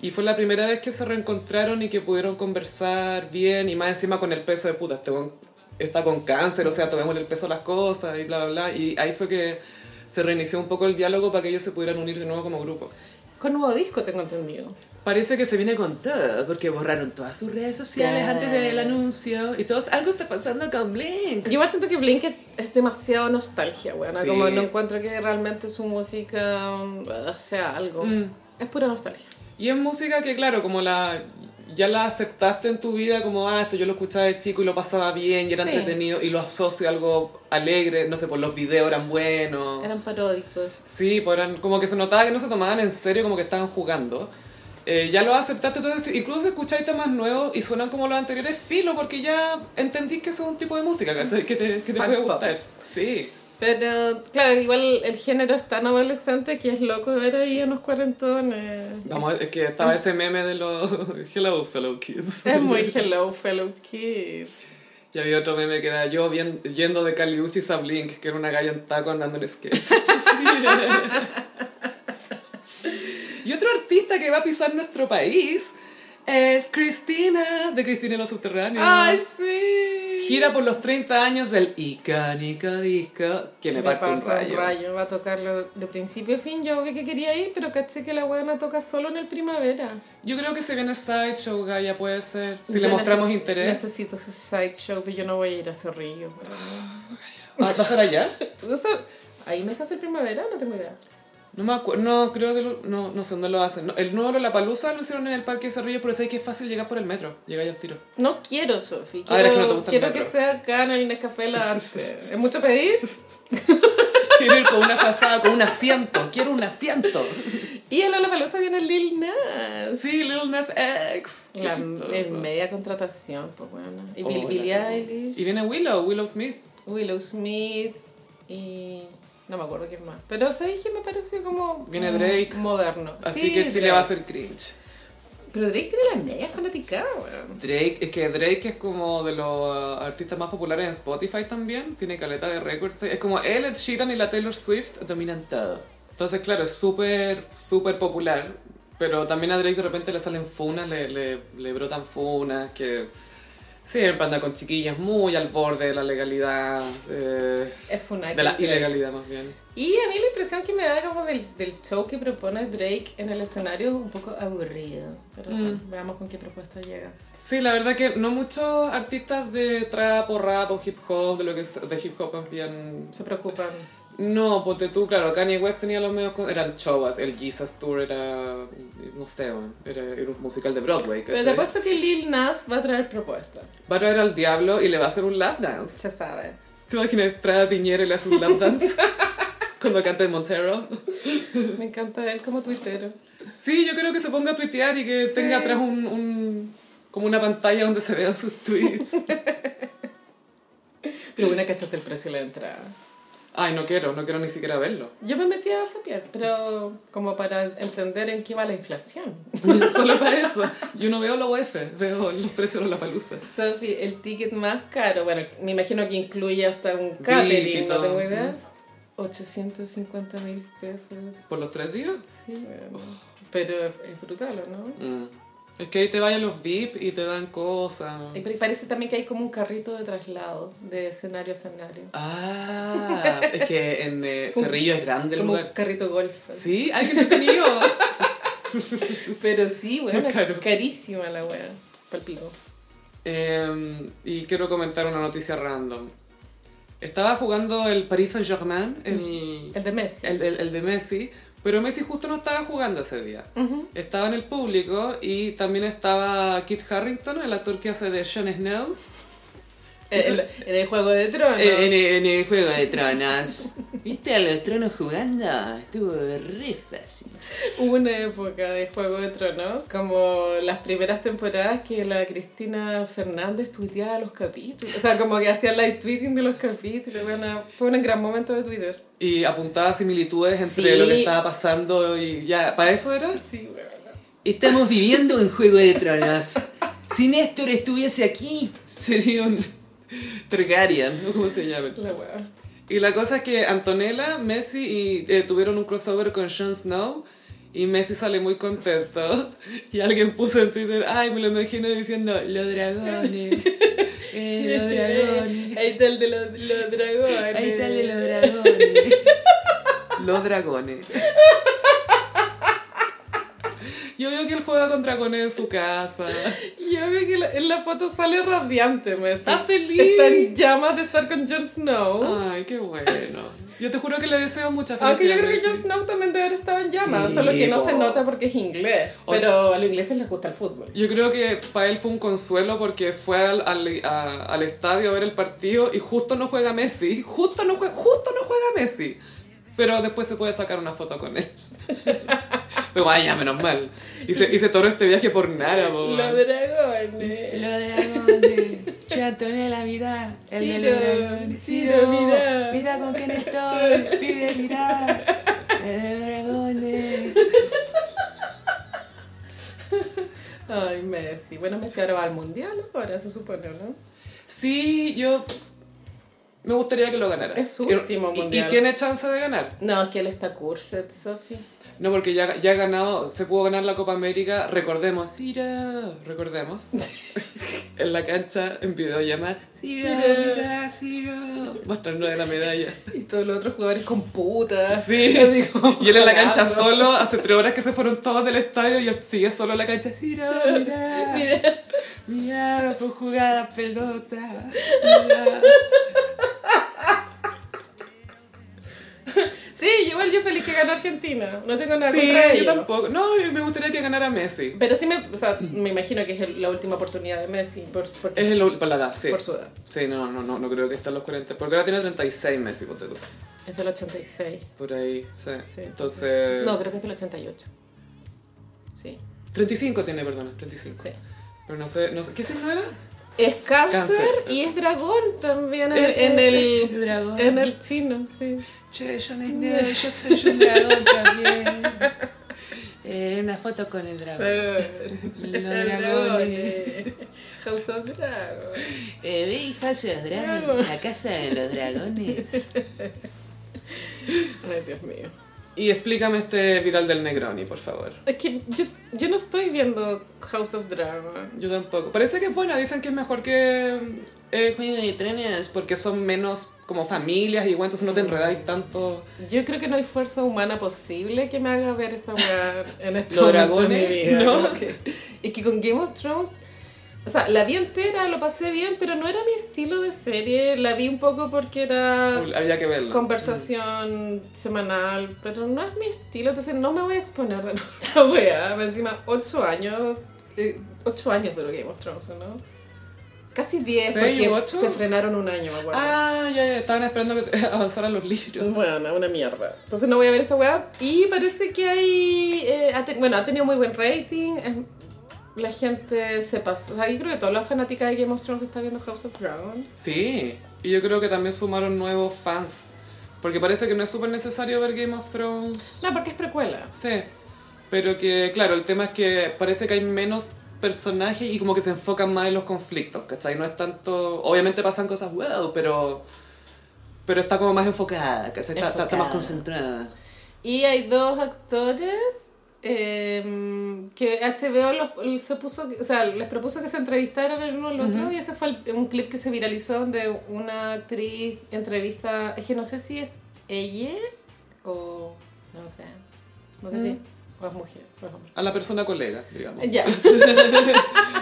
Y fue la primera vez que se reencontraron y que pudieron conversar bien y más encima con el peso de puta. Este weón está con cáncer, o sea, tomemos el peso a las cosas y bla, bla, bla. Y ahí fue que se reinició un poco el diálogo para que ellos se pudieran unir de nuevo como grupo.
Con nuevo disco tengo entendido.
Parece que se viene con todo, porque borraron todas sus redes sociales
Claro.
antes del anuncio y todos, algo está pasando con Blink.
Yo igual siento que Blink es, es demasiado nostalgia, weón.
Sí.
Como no encuentro que realmente su música mm, sea algo. Es pura nostalgia.
Y es música que, claro, como la ya la aceptaste en tu vida, como, ah, esto yo lo escuchaba de chico y lo pasaba bien y era
Sí.
entretenido y lo asocio a algo alegre, no sé, por los videos eran buenos.
Eran paródicos.
Sí, pues eran, como que se notaba que no se tomaban en serio, como que estaban jugando. Eh, ya lo aceptaste, entonces incluso escucháis temas nuevos y suenan como los anteriores, filo, porque ya entendís que eso es un tipo de música, ¿cachai? Que te, que te
Punk
puede
pop.
gustar. Sí.
Pero, claro, igual el género es tan adolescente que es loco ver ahí unos cuarentones.
Vamos, es que estaba ese meme de los Hello Fellow Kids.
Mm. Es muy hello, fellow kids.
Y había otro meme que era yo bien- yendo de Cali Uchis a Blink, que era una galla en taco andando en skate. y otro artista que va a pisar nuestro país es Cristina, de Cristina en los subterráneos.
¡Ay, sí!
gira por los 30 años del Ica, Nica, Disca, que me, parte un rayo.
Va a tocarlo de principio a fin. Yo vi que quería ir, pero caché que la buena toca solo en el primavera.
Yo creo que se viene Sideshow, Gaia, puede ser. Si le mostramos
neces-
interés.
Necesito ese sideshow, pero yo no voy a ir a Cerrillo.
Ah, ¿Va a ser allá?
O sea, ahí no se hace primavera, no tengo idea.
No me acuerdo, no, creo que lo- no, no sé dónde lo hacen. No, el nuevo La Palusa lo hicieron en el Parque de Cerrillos, pero sé que es fácil llegar por el metro. Llega ya al tiro.
No quiero, Sofi.
Ah, era
Quiero,
que no te gusta el
quiero que
metro.
sea acá en el Inés Café la Arte. ¿Es mucho pedir?
Quiero ir con una frazada, con un asiento. Quiero un asiento.
Y en la Palusa viene Lil Nas.
Sí, Lil Nas X. Qué
La,
chistoso.
en media contratación, pues bueno. Y
Oh,
Bill-
la
Billie
cagó.
Eilish.
Y viene Willow, Willow Smith.
Willow Smith y no me acuerdo quién más. Pero sabéis que me pareció como
Viene
mm,
Drake.
moderno.
Así
Sí,
que Chile
Drake.
va a ser cringe.
Pero Drake tiene la media fanaticada, weón.
Drake, es que Drake es como de los artistas más populares en Spotify también, tiene caleta de récords, es como él, Ed Sheeran y la Taylor Swift dominan todo. Entonces, claro, es súper, súper popular, pero también a Drake de repente le salen funas, le, le, le brotan funas, que siempre anda con chiquillas muy al borde de la legalidad, eh,
Es funaki.
de la
Drake.
ilegalidad más bien.
Y a mí la impresión que me da como del, del show que propone Drake en el escenario es un poco aburrido. Pero bueno, veamos con qué propuesta llega.
Sí, la verdad que no muchos artistas de trap o rap o hip hop, de lo que es- de hip hop más bien
Se preocupan.
No, ponte tú, claro, Kanye West tenía los medios, con- eran shows, el Jesus Tour era, no sé, bueno, era, era un musical de Broadway,
Pero te
¿cachai?
apuesto que Lil Nas va a traer propuesta.
Va a traer al diablo y le va a hacer un lap dance.
Se sabe.
¿Te imaginas trae a Piñera y le hace un lap dance? Cuando canta en Montero.
Me encanta él como tuitero.
Sí, yo creo que se ponga a tuitear y que tenga atrás un, un- como una pantalla donde se vean sus tweets.
Pero una cachate el precio de la entrada.
Ay, no quiero, no quiero ni siquiera verlo.
Yo me metí a Zapier, pero como para entender en qué va la inflación.
Solo para eso. Yo no veo la UF, veo los precios de la palusa.
Sofi, el ticket más caro, bueno, me imagino que incluye hasta un
VIP y
catering, no
todo.
tengo idea. 850 mil pesos.
¿Por los tres días?
Sí, bueno. Pero es brutal, ¿o ¿no?
Mm. Es que ahí te vayan los VIP y te dan cosas.
Y pa- parece también que hay como un carrito de traslado de escenario a escenario.
Ah, es que en eh, Cerrillo es grande el
Como un
lugar.
carrito golf. así.
Sí, alguien te tenido.
Pero sí, bueno,
Muy caro.
carísima la wea. Palpico.
Em, y quiero comentar una noticia random. Estaba jugando el Paris Saint-Germain, el,
El de Messi.
el, el- el de Messi, pero Messi justo no estaba jugando ese día. Estaba en el público y también estaba Kit Harrington, el actor que hace de Jon Snow,
Eh, El- en el juego de tronos.
Eh, en, en el juego de tronos. ¿Viste a los tronos jugando? Estuvo re fácil.
Hubo una época de Juego de Tronos, como las primeras temporadas que la Cristina Fernández tuiteaba los capítulos. O sea, como que hacía live tweeting de los capítulos. Bueno, fue un gran momento de Twitter.
Y apuntaba similitudes entre
Sí.
lo que estaba pasando y ya, ¿para eso era?
Sí, bueno.
Estamos viviendo en Juego de Tronos. Si Néstor estuviese aquí, sería un Targaryen, ¿no? ¿Cómo se llama?
La wea.
Y la cosa es que Antonella, Messi y eh, tuvieron un crossover con Jon Snow y Messi sale muy contento. Y alguien puso en Twitter, ay, me lo imagino diciendo, los dragones, eh, los dragones.
Ahí está el de los, los dragones.
Ahí está el de los dragones. los dragones. Yo veo que él juega con dragones en su casa.
Yo veo que la- en la foto sale radiante, Messi.
Está Ah, feliz.
Está en llamas de estar con Jon Snow.
Ay, qué bueno. Yo te juro que le deseo mucha
Aunque yo
felicidad.
creo que
Messi.
Jon Snow también debe haber estado en llamas,
Ah, Sí,
solo que no se
po.
nota porque es inglés.
O
pero a los ingleses les gusta el fútbol.
Yo creo que para él fue un consuelo porque fue al, al- a- al estadio a ver el partido y justo no juega Messi. Justo no juega, justo no juega Messi. Pero después se puede sacar una foto con él. Pero vaya, menos mal. Y se, y se toró este viaje por nada, po,
Los
man.
dragones.
Lo dragones, Chantonella, mirá, el de los
Ciro,
dragones.
Ciro,
Ciro,
mirá.
mirá. con quién estoy, pibe, mirá, el de los dragones.
Ay, Messi. Bueno, Messi ahora va al mundial, ahora se supone, ¿no?
Sí, yo me gustaría que lo ganara.
Es su
Y-
último
y-
mundial.
Y tiene chance de ganar.
No, es que él está curset, Sofi.
No, porque ya, ya ha ganado, se pudo ganar la Copa América, recordemos, Sira, recordemos, en la cancha, en videollamada, Sira, mira, Sira, mostrando la medalla.
Y todos los otros jugadores con putas.
Sí,
Yo digo,
y él en la cancha
jalando.
solo, hace tres horas que se fueron todos del estadio y él sigue solo en la cancha, Sira, mira,
Mira,
mira, fue jugada pelota, mira.
Sí, igual yo feliz que ganó Argentina. No tengo nada
Sí,
contra
yo
ellos.
tampoco, no, yo me gustaría que ganara Messi,
Pero sí me, o sea, me imagino que es el- la última oportunidad de Messi por, por,
es el, para la edad, sí.
por su edad.
Sí, no, no, no, no creo que estén los 40, porque ahora tiene 36 Messi, ponte tú.
Es del 86.
Por ahí, sí.
Sí,
Entonces.
No, creo que es del 88. Sí.
35 tiene, perdón, 35.
sí. Eh,
Pero no sé, no sé. ¿Qué signo era?
Es cáncer,
Cáncer,
y es dragón también en,
Eh,
en
eh,
el,
dragón.
en el Eh, chino, sí.
Che, yo no es negro, yo soy un dragón también. Eh, una foto con el dragón. Los dragones.
House of Dragon.
Bebé y House of Dragon, la casa de los dragones.
Ay, Dios mío.
Y explícame este viral del Negroni, por favor.
Es que yo, yo no estoy viendo House of Dragon.
Yo tampoco. Parece que es buena, dicen que es mejor que eh, Queen y Trenes porque son menos como familias y bueno, entonces no te enredáis tanto.
Yo creo que no hay fuerza humana posible que me haga ver esa weá en este
Los
momento de
dragones,
mi vida.
¿no?
como que- Es que con Game of Thrones, o sea, la vi entera, lo pasé bien, pero no era mi estilo de serie. La vi un poco porque era
Había que verlo.
conversación semanal, pero no es mi estilo, entonces no me voy a exponer de nuevo a esta weá. Más Encima, ocho años, eh, ocho años de lo que mostramos, ¿no? Casi diez,
¿Seis
porque
u ocho?
se frenaron un año, me acuerdo.
Ah, ya, ya, estaban esperando que avanzaran los libros.
Bueno, una mierda. Entonces no voy a ver esta weá. Y parece que hay. eh, ha te- bueno, ha tenido muy buen rating. es- la gente se pasó. O sea, yo creo que todas las fanáticas de Game of Thrones están viendo House of Dragon.
Sí, y yo creo que también sumaron nuevos fans. Porque parece que no es súper necesario ver Game of Thrones
No, porque es precuela.
Sí, pero que claro, el tema es que parece que hay menos personajes y como que se enfocan más en los conflictos, ¿cachai? No es tanto... Obviamente pasan cosas wow, pero... Pero está como más enfocada, ¿cachai? Está, está- está más
Enfocada.
concentrada.
Y hay dos actores eh, que HBO los- se puso, o sea, les propuso que se entrevistaran el uno al otro y ese fue el- un clip que se viralizó donde una actriz entrevista, es que no sé si es ella o no sé, no sé si o es mujer o es hombre.
A la persona colega, digamos.
Ya,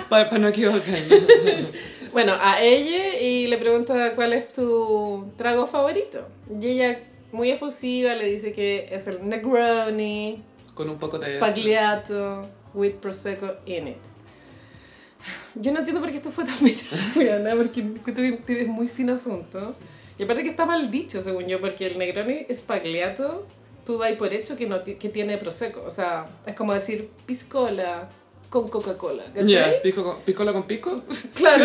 Para no equivocarnos.
bueno, a ella y le pregunta cuál es tu trago favorito. Y ella, muy efusiva, le dice que es el Negroni,
Con un poco de...
Spagliato with Prosecco in it. Yo no entiendo por qué esto fue tan mirada, porque tú te ves muy sin asunto. Y aparte que está mal dicho, según yo, porque el Negroni Spagliato, tú dais por hecho que, no ti- que tiene Prosecco. O sea, es como decir piscola con Coca-Cola,
Ya,
¿cachai?
pico con, ¿picola con pico?
Claro,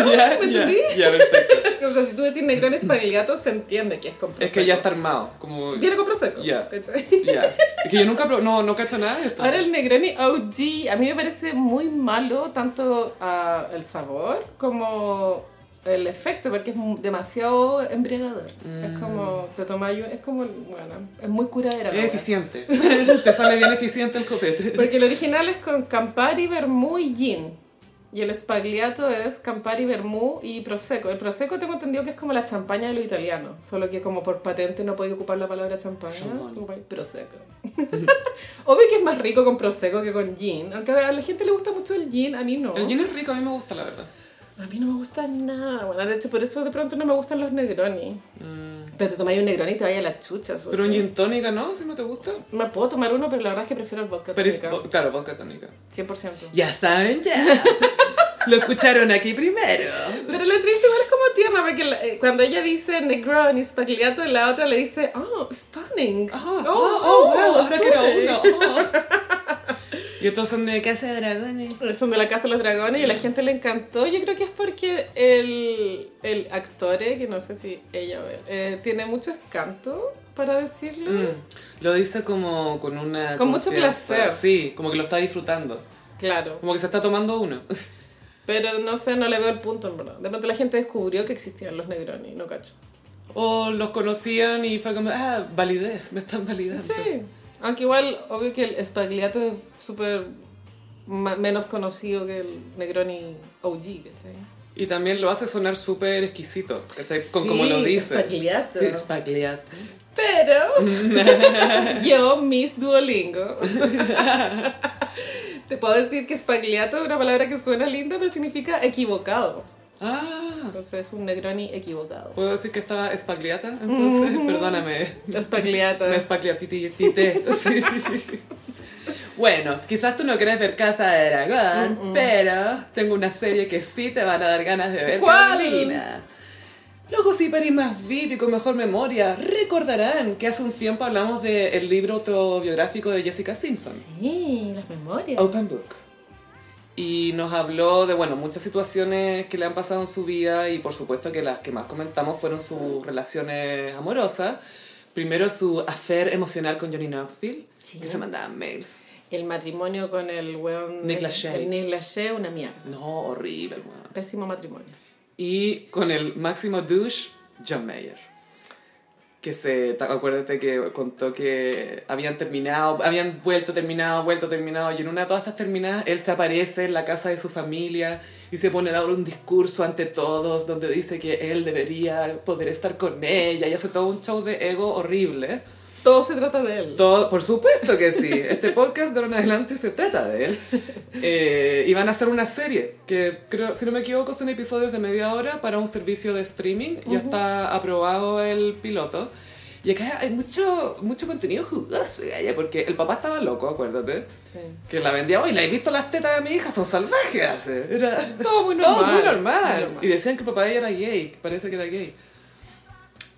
Ya,
¿me
ya,
entendí?
ya, perfecto.
O sea, si tú decís Negroni Spagliato, se entiende que es con Prosecco.
Es que ya está armado, como... Ya.
Viene con Prosecco,
Ya.
¿cachai?
Es que yo nunca... pro- No, no cacho nada de esto.
Ahora el Negroni OG, a mí me parece muy malo tanto ah, el sabor como el efecto, porque es mu- demasiado embriagador. Es como, te tomas, un- es como, bueno, es muy curadera.
Es
la wea.
eficiente. Te sale bien eficiente el copete.
Porque el original es con Campari, Vermú y Gin. Y el espagliato es Campari, Vermú y Prosecco. El Prosecco tengo entendido que es como la champaña de lo italiano. Solo que como por patente no podéis ocupar la palabra champaña.
Champagne.
ocupáis Prosecco. Obvio que es más rico con Prosecco que con Gin. Aunque a la gente le gusta mucho el Gin, a mí no.
El gin es rico, a mí me gusta, la verdad.
A mí no me gusta nada. Bueno, de hecho por eso de pronto no me gustan los Negroni. Pero te tomáis un Negroni y te vayas a las chuchas.
Mm, Pero un
porque-
gin tónica, ¿no? Si no te gusta.
Me puedo tomar uno, pero la verdad es que prefiero el vodka
Pero,
tónica.
vo- claro, vodka tónica.
100%.
Ya saben, ya. Lo escucharon aquí primero.
Pero la entrevista igual es como tierna, porque la- eh, cuando ella dice Negroni, Spagliato, la otra le dice, oh, stunning.
Ah, oh, oh, wow, ahora que era
stunning".
uno. oh. Y entonces
De
me...
casa de dragones.
Son de la Casa de los Dragones
Mm.
y a la gente le encantó. Yo creo que es porque el, el actor, eh, que no sé si ella o él, eh, tiene mucho escanto, para decirlo.
Mm, lo dice como con una...
Con mucho
confianza.
placer.
Sí, como que lo está disfrutando.
Claro.
Como que se está tomando uno.
Pero no sé, no le veo el punto, en verdad. De pronto la gente descubrió que existían los Negroni, no cacho.
O los conocían y fue como, ah, validez, me están validando.
Sí. Aunque igual, obvio que el Spagliato es súper ma- menos conocido que el Negroni OG, ¿cachai?
Y también lo hace sonar súper exquisito, ¿cachai? Con como lo dice.
Spagliato.
Sí, Spagliato.
Pero yo, Miss Duolingo, te puedo decir que spagliato es una palabra que suena linda, pero significa equivocado.
Ah,
Entonces es un Negroni equivocado.
¿puedo decir que estaba Spagliata? Entonces, perdóname.
Spagliato.
Me espagliatititité. Sí.
Bueno, quizás tú no quieres ver Casa de Dragón, pero tengo una serie que sí te van a dar ganas de ver.
¿Cuál?
Carolina.
Los gossiperis más VIP y con mejor memoria recordarán que hace un tiempo hablamos del libro autobiográfico de Jessica Simpson,
Sí, las memorias.
Open Book. Y nos habló de, bueno, muchas situaciones que le han pasado en su vida y por supuesto que las que más comentamos fueron sus relaciones amorosas. Primero su affair emocional con Johnny Knoxville,
Sí.
que se mandaban mails.
El matrimonio con el weón.
Nick
el-
Lachey.
el Nick Lachey, una mierda.
No, horrible, weón.
Pésimo matrimonio.
Y con el máximo douche, John Mayer. Que se, ta- acuérdate que contó que habían terminado, habían vuelto, terminado, vuelto, terminado. Y en una de todas estas terminadas, él se aparece en la casa de su familia y se pone a dar un discurso ante todos donde dice que él debería poder estar con ella y hace todo un show de ego horrible.
Todo se trata de él.
Todo, por supuesto que sí. Este podcast de ahora en adelante se trata de él. Eh, y van a hacer una serie que creo, si no me equivoco, son episodios de media hora para un servicio de streaming. Ya está aprobado el piloto. Y acá hay mucho, mucho contenido jugoso, gaya, porque el papá estaba loco, acuérdate.
Sí.
Que la vendía, hoy, ¿la he visto las tetas de mi hija? Son salvajes. Era
Todo muy normal.
todo muy normal.
Muy normal.
Y decían que el papá de ella era gay, que parece que era gay.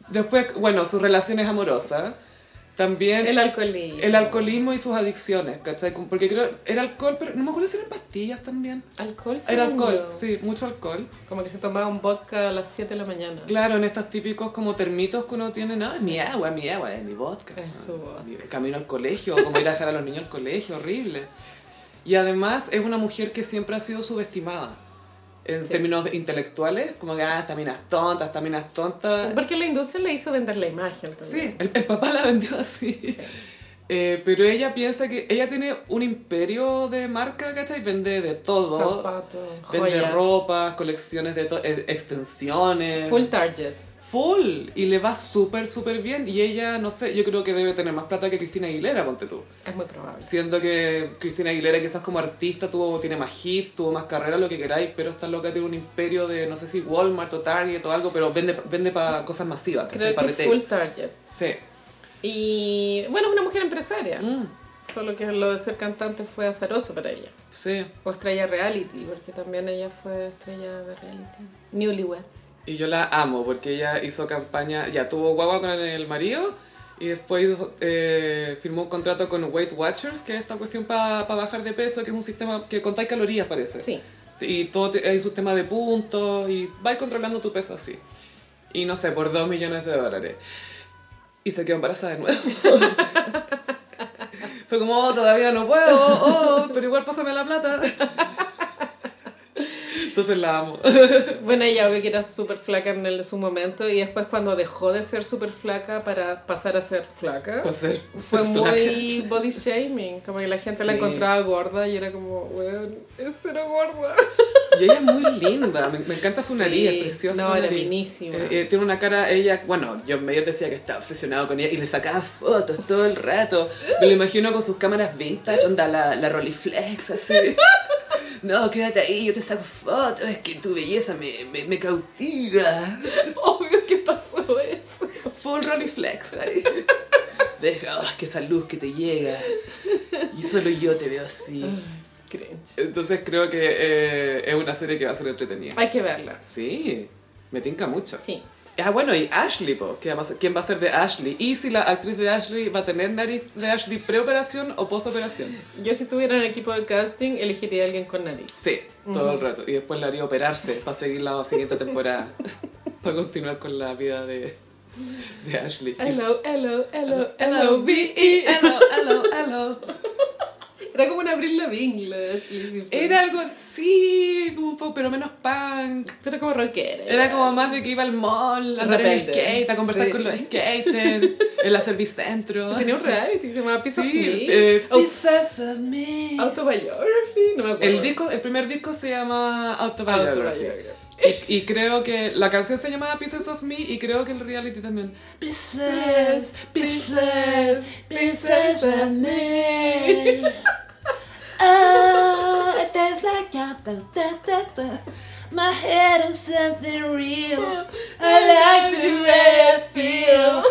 Después, bueno, sus relaciones amorosas. También
El alcoholismo.
el alcoholismo y sus adicciones, ¿cachai? Como- Porque creo, era alcohol, pero no me acuerdo si eran pastillas también.
Alcohol.
Era
según
alcohol,
yo.
sí, mucho alcohol.
Como que se tomaba un vodka a las 7 de la mañana.
Claro, en estos típicos como termitos que uno tiene, no, es mi agua, es mi agua, es mi vodka.
Es su vodka.
Mi- Camino al colegio, como ir a dejar a los niños al colegio, horrible. Y además es una mujer que siempre ha sido subestimada. En
Sí.
términos intelectuales, como que, ah, esta mina es tonta, esta mina es tonta.
Porque la industria le hizo vender la imagen. también.
Sí, el, el papá la vendió así. Eh, pero ella piensa que ella tiene un imperio de marca, ¿cachai? Vende de todo.
Zapatos,
Vende
joyas.
ropas, colecciones de to- eh, extensiones.
Full target.
Full. Y le va súper, súper bien. Y ella, no sé, yo creo que debe tener más plata que Cristina Aguilera, ponte tú.
Es muy probable.
Siendo que Cristina Aguilera quizás como artista tuvo, tiene más hits, tuvo más carrera, lo que queráis, pero esta loca tiene un imperio de, no sé si Walmart o Target o algo, pero vende, vende para cosas masivas, ¿cachai?
Creo
Pa'
que es
retail.
full target.
Sí.
Y bueno, es una mujer empresaria.
Mm,
Solo que lo de ser cantante fue azaroso para ella.
sí.
O estrella reality, porque también ella fue estrella de reality. Newlyweds.
Y yo la amo porque ella hizo campaña, ya tuvo guagua con el marido y después hizo, eh, firmó un contrato con Weight Watchers, que es esta cuestión para bajar de peso, que es un sistema que contáis calorías, parece.
Sí.
Y todo te- hay un sistema de puntos y vais controlando tu peso así. Y no sé, por dos millones de dólares. Y se quedó embarazada de nuevo. Fue como, oh, todavía no puedo, oh, pero igual pásame la plata. Entonces la amo.
Bueno, ella obvio que era súper flaca en el- su momento y después cuando dejó de ser súper flaca para pasar a ser flaca,
Pues es-
fue
es
muy body shaming. Como que la gente la
Sí.
encontraba gorda y era como, weón, es cero gorda.
flaca. Y ella es muy linda, me, me encanta su
Sí,
nariz, es preciosa.
no,
su
era
nariz.
minísima.
Eh, eh, tiene una cara, ella, bueno, John Mayer decía que estaba obsesionado con ella y le sacaba fotos todo el rato. Me lo imagino con sus cámaras vintage, onda la, la Rolleiflex, así. No, quédate ahí, yo te saco fotos, es que tu belleza me, me, me cautiva.
Obvio que pasó eso.
Full Rolleiflex ahí. Deja, oh, es que esa luz que te llega. Y solo yo te veo así.
Cringe.
Entonces creo que eh, es una serie que va a ser entretenida.
Hay que verla.
Sí, me tinca mucho.
Sí.
Ah, bueno, y Ashley, po, que va a ser- ¿quién va a ser de Ashley? ¿Y si la actriz de Ashley va a tener nariz de Ashley preoperación o postoperación?
Yo si tuviera un equipo de casting, elegiría a alguien con nariz.
Sí, todo el rato. Y después la haría operarse para seguir la siguiente temporada, para continuar con la vida de, de Ashley.
Hello, hello, hello,
hello,
hello, B.E.
Hello, hello, hello.
Era como un Abril Lavigne, la Ashley Simpson.
Era algo así, como un poco, pero menos punk.
Pero como rockera.
Era como más de que iba al mall, a andar en
Rebelde.
skate, a conversar
Sí.
con los skaters. el Servicentro.
Tenía un reality que se llamaba Piece of
Sí,
Me.
eh,
Au-
Pieces of me.
Autobiography, no me acuerdo.
el, disco, el primer disco se llama Autobiography.
Autobiography.
Y, y creo que la canción se llamaba Pieces of Me y creo que el reality también.
Pieces, pieces, pieces of me. Oh, it feels like I'm fantastic. My head is something real. I like the way I feel.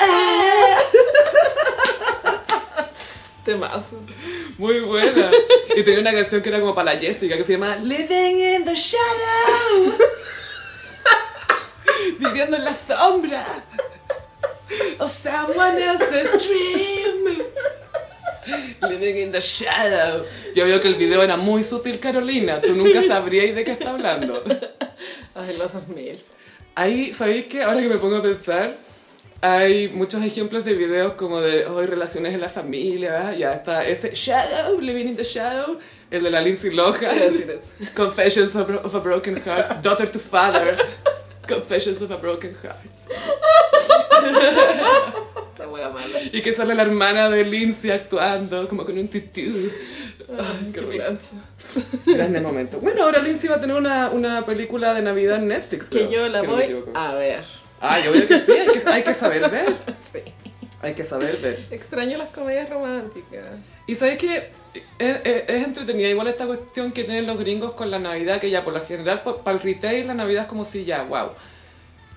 Ah.
Temazo.
Muy buena. Y tenía una canción que era como para la Jessica que se llama
Living in the shadow
Viviendo en la sombra.
of someone else's dream.
Living in the shadow. Yo veo que el video era muy sutil, Carolina. Tú nunca sabríais de qué está hablando.
Ay, los 2000.
Ahí, ¿sabéis que Ahora que me pongo a pensar, hay muchos ejemplos de videos como de hoy relaciones en la familia, ¿verdad? ya está ese Shadow, Living in the Shadow, el de la Lindsay Lohan,
Quiero decir eso.
Confessions of, a- of a Broken Heart, Daughter to Father, Confessions of a Broken Heart.
Esta wea mala.
Y que sale la hermana de Lindsay actuando como con un titú. Ay, qué
Qué
risa.
risa.
Grande momento. Bueno, ahora Lindsay va a tener una, una película de Navidad en Netflix.
Que
creo,
yo la
si no me
voy
equivoco.
a ver.
Ah, yo veo que sí, hay que, hay que saber ver.
Sí.
Hay que saber ver.
Extraño las comedias románticas.
Y sabes que es, es- es entretenida igual esta cuestión que tienen los gringos con la Navidad, que ya por lo general, para el retail, la Navidad es como si ya, wow.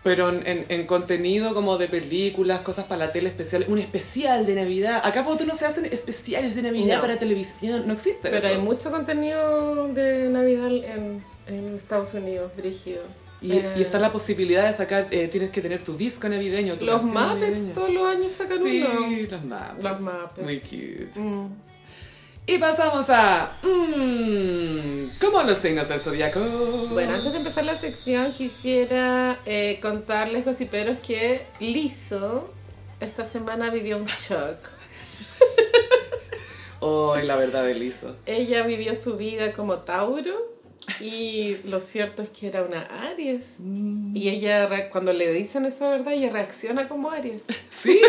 Pero en, en- en contenido como de películas, cosas para la tele especial, un especial de Navidad. Acá vos no se hacen especiales de Navidad
No.
para televisión, no existe
Pero
eso.
hay mucho contenido de Navidad en, en Estados Unidos, brígido.
y,
Eh,
y está la posibilidad de sacar, eh, tienes que tener tu disco navideño, tu
Los
canción
Muppets
navideña.
todos los años sacan
Sí,
uno.
los Muppets.
Los Muppets.
Muy cute.
Mm.
Y pasamos a... Mmm, ¿Cómo los signos del zodiaco?
Bueno, antes de empezar la sección quisiera eh, contarles, gossiperos, que Lizo esta semana vivió un shock.
Oh, es la verdad de Lizo.
Ella vivió su vida como Tauro y lo cierto es que era una Aries. Y ella, re- cuando le dicen esa verdad, ella reacciona como Aries.
Sí,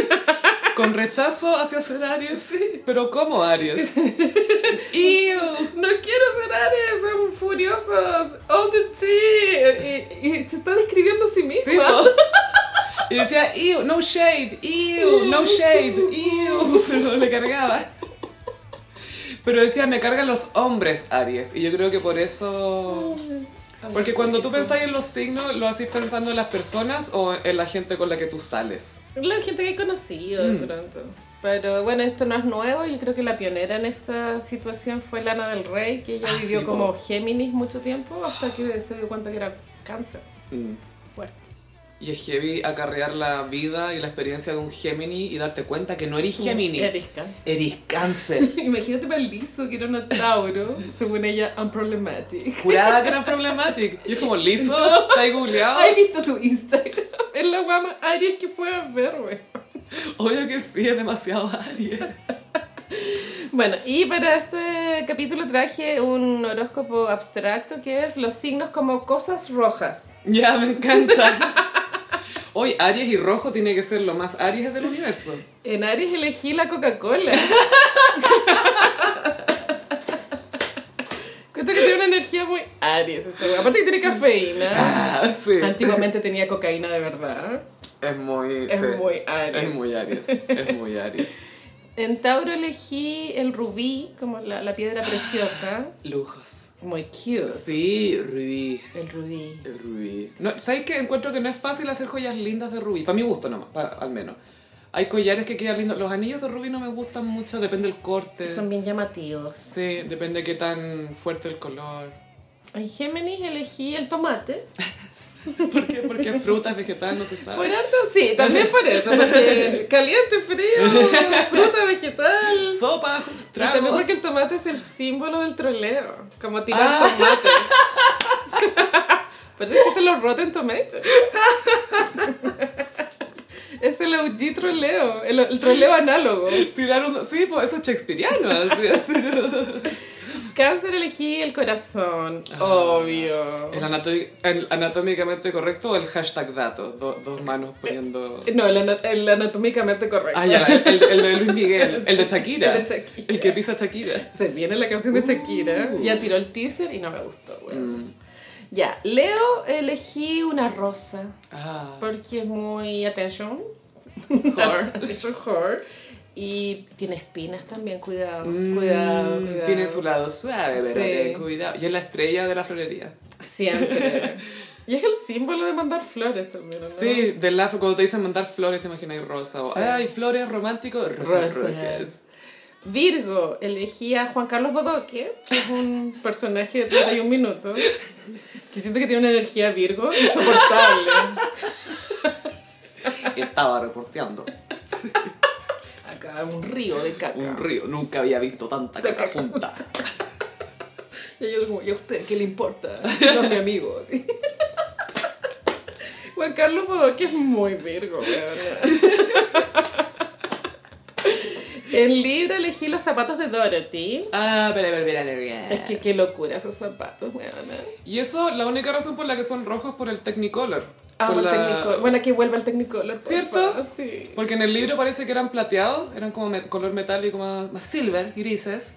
con rechazo hacia ser Aries, sí, pero ¿cómo Aries? ¡Ew!
No quiero ser Aries, son furiosos, all the tea. Y, y se está describiendo a sí misma.
Sí, po. Y decía, ew, no shade, ew, no shade, ew, pero le cargaba. Pero decía, me cargan los hombres Aries, y yo creo que por eso... Porque cuando tú pensás en los signos, lo haces pensando en las personas o en la gente con la que tú sales.
La gente que he conocido
Mm.
de pronto. Pero bueno, esto no es nuevo. Yo creo que la pionera en esta situación fue Lana del Rey, que ella
Ah,
vivió
sí,
como
po.
Géminis mucho tiempo hasta que se dio cuenta que era cáncer.
Mm.
Fuerte.
Y es heavy acarrear la vida y la experiencia de un Gemini y darte cuenta que no eres Gemini.
Eres cáncer.
Eres cáncer.
Imagínate para el liso que era un Tauro, según ella, unproblematic.
Jurada que era problemática. Y es como liso, está ahí googleado.
¿Has visto tu Instagram? Es la weá más Aries que puedas ver, güey.
Obvio que sí, es demasiado Aries.
Bueno, y para este capítulo traje un horóscopo abstracto que es los signos como cosas rojas.
Ya, me encanta. Hoy Aries y rojo tiene que ser lo más Aries del universo.
En Aries elegí la Coca-Cola. Cuento que tiene una energía muy Aries esta wea. Aparte que tiene cafeína.
Ah, sí.
Antiguamente tenía cocaína de verdad.
Es muy...
Es
sí.
muy Aries.
Es muy Aries. Es muy Aries.
En Tauro elegí el rubí, como la, la piedra preciosa.
Lujos.
Muy cute.
Sí, Rubí.
El rubí.
El rubí. No, ¿Sabes qué? Encuentro que no es fácil hacer joyas lindas de rubí. Para mi gusto nomás, pa- al menos. Hay collares que quedan lindos. Los anillos de rubí no me gustan mucho, depende del corte.
Son bien llamativos.
Sí, depende qué tan fuerte el color.
En Géminis elegí el tomate.
¿Por qué? Porque frutas, vegetales, no se
Por
sabe.
harto, sí, también por eso. Porque caliente, frío, fruta vegetal.
Sopa,
Y también
trago.
porque el tomate es el símbolo del troleo. Como tirar
Ah.
tomates. Por eso existen los Rotten Tomatoes. Es el OG troleo, el, el troleo análogo.
Tirar un... Sí, pues eso es shakespeariano. así es, pero-
cáncer elegí el corazón,
Ah.
obvio.
El, anató- el anatómicamente correcto o el hashtag dato. Do- dos manos poniendo.
No, el, ana- el anatómicamente correcto.
Ah, ya, el, el de Luis Miguel, el de Shakira.
El de Shakira.
El que pisa Shakira.
Se viene la canción de Shakira.
Uh.
Ya tiró el teaser y no me gustó, güey.
Mm.
Ya, Leo elegí una rosa.
Ah,
Porque es muy attention.
Whore.
attention whore. Y tiene espinas también, cuidado.
Mm,
cuidado, cuidado.
Tiene su lado suave, pero
Sí.
ten cuidado. Y es la estrella de la florería.
Siempre. y es el símbolo de mandar flores también, ¿no?
Sí, del afro, cuando te dicen mandar flores, te imaginas rosa. O,
Sí.
ay, flores romántico, rosas
Rosas.
rojas.
Virgo, elegí a Juan Carlos Bodoque, que es un personaje de 31 minutos, que siento que tiene una energía Virgo insoportable.
Y Estaba reporteando.
Acá un río de caca.
Un río, nunca había visto tanta caca junta.
Y yo como, ¿y a usted qué le importa? No es mi amigo, así. Juan Carlos Bodoque es muy virgo, la verdad. En Libra elegí los zapatos de Dorothy.
Ah, pero, pero, pero, pero,
Es que qué locura esos zapatos, weón. ¿eh?
Y eso, la única razón por la que son rojos es por el Technicolor.
Amo
Ah, Por
el
la-
Technicolor. Bueno, que vuelva el Technicolor, porfa.
¿Cierto?
Sí.
Porque en el libro parece que eran plateados, eran como me- color metálico más, más silver, grises.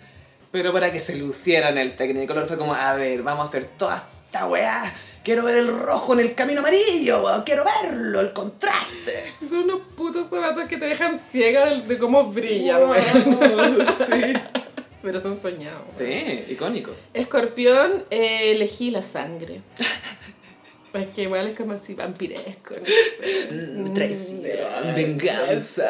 Pero para que se lucieran el Technicolor fue como, a ver, vamos a hacer toda esta weá. Quiero ver el rojo en el camino amarillo, weón, quiero verlo, el contraste.
Son unos putos zapatos que te dejan ciega de, de cómo brillan, weón. Pero son soñados.
sí, icónico.
Escorpión, eh, elegí la sangre. Es que igual es como si vampiresco, no sé.
Traición, venganza.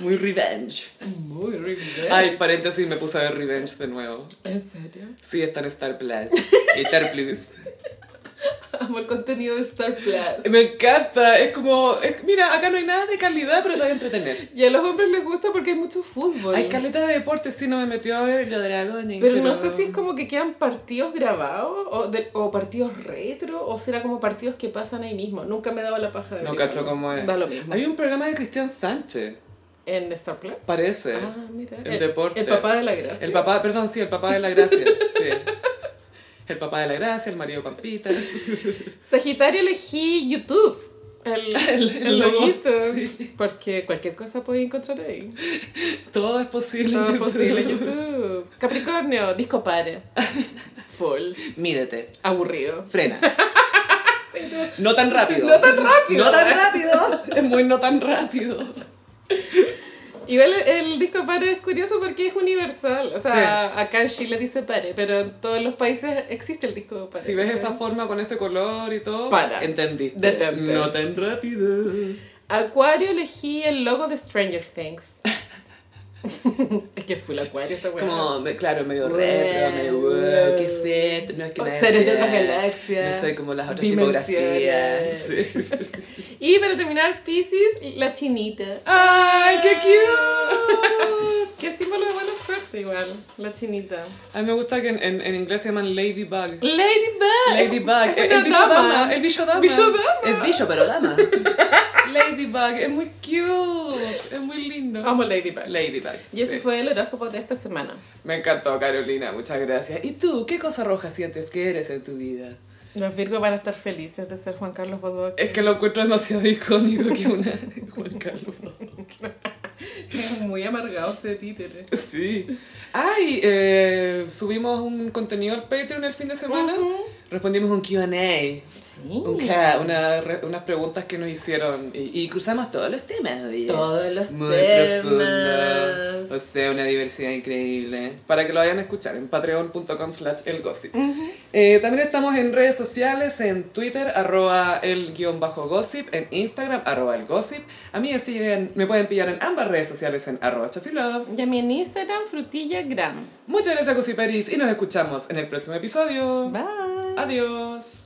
Muy revenge.
Muy horrible.
¿Eh? Ay, paréntesis, me puse a ver Revenge de nuevo.
¿En serio?
Sí, está en Star Plus. Y Star Plus.
Amo el contenido de Star Plus.
Me encanta, es como, es- mira, acá no hay nada de calidad, pero te va a entretener.
Y a los hombres les gusta porque hay mucho fútbol.
Hay caleta de deporte, sí, no me metió a ver los dragones.
pero, no sé si es como que quedan partidos grabados o, de- o partidos retro o será como partidos que pasan ahí mismo. Nunca me he dado la paja de
No
averiguarlo.
cacho cómo es.
Da lo mismo.
Hay un programa de Cristian Sánchez,
¿En Star Plus?
parece.
Ah, mira.
Eh, El deporte.
El papá de la gracia.
el papá, perdón, sí, el papá de la gracia. sí. El papá de la gracia, el marido Pampita.
Sagitario elegí YouTube. El, el,
el logo,
loguito. Porque cualquier cosa podéis encontrar ahí.
Todo es posible.
Todo es
YouTube.
posible en YouTube. Capricornio, disco padre. Full.
Mídete,
Aburrido.
frena. No tan rápido.
No tan rápido.
No tan rápido. Es muy no tan rápido.
Igual el, el disco padre es curioso porque es universal. O sea, acá en Chile dice padre, pero en todos los países existe el disco padre.
Si ves
¿cachai?
esa forma con ese color y todo,
Para.
entendiste.
Detente.
No tan rápido.
Acuario elegí el logo de Stranger Things. es que full acuario esta weá.
Como, me- claro, medio
Wow.
retro, medio wow, qué set, no es que
O
nadie
seres de otras
vea,
galaxias,
No soy como las otras
dimensiones.
tipografías. Sí.
Y para terminar, Pisces, la chinita.
¡Ay, qué cute!
Qué símbolo de buena suerte igual, la chinita.
A mí me gusta que en, en- en inglés se llaman Ladybug.
Ladybug.
Ladybug,
es
el,
una
el bicho
dama.
dama, el bicho dama.
Bicho dama.
Es bicho, pero dama. Ladybug, es muy cute, es muy lindo.
Amo Ladybug.
Ladybug.
y ese
sí.
fue el horóscopo de esta semana.
Me encantó, Carolina, muchas gracias. ¿Y tú, qué cosa roja sientes que eres en tu vida?
Los Virgos van a estar felices de ser Juan Carlos Bodoque.
Es que lo encuentro demasiado icónico que una Juan Carlos.
Es muy amargado ese títere.
Sí. Ay, eh, subimos un contenido al Patreon el fin de semana.
Ujú.
Respondimos un QA,
Sí.
un
Uh.
ca- una re- unas preguntas que nos hicieron y, y cruzamos todos los temas. oye.
Todos los
Muy
temas.
profundo. O sea, una diversidad increíble. Para que lo vayan a escuchar en patreon.com slash elgossip. Eh, también estamos en redes sociales, en Twitter, arroba el guión bajo gossip, en Instagram, arroba el gossip. A mí me siguen- me pueden pillar en ambas redes sociales en arroba chapilove.
Y a mí en Instagram, frutillagram.
Muchas gracias, Gossiperis, y nos escuchamos en el próximo episodio.
Bye.
Adiós.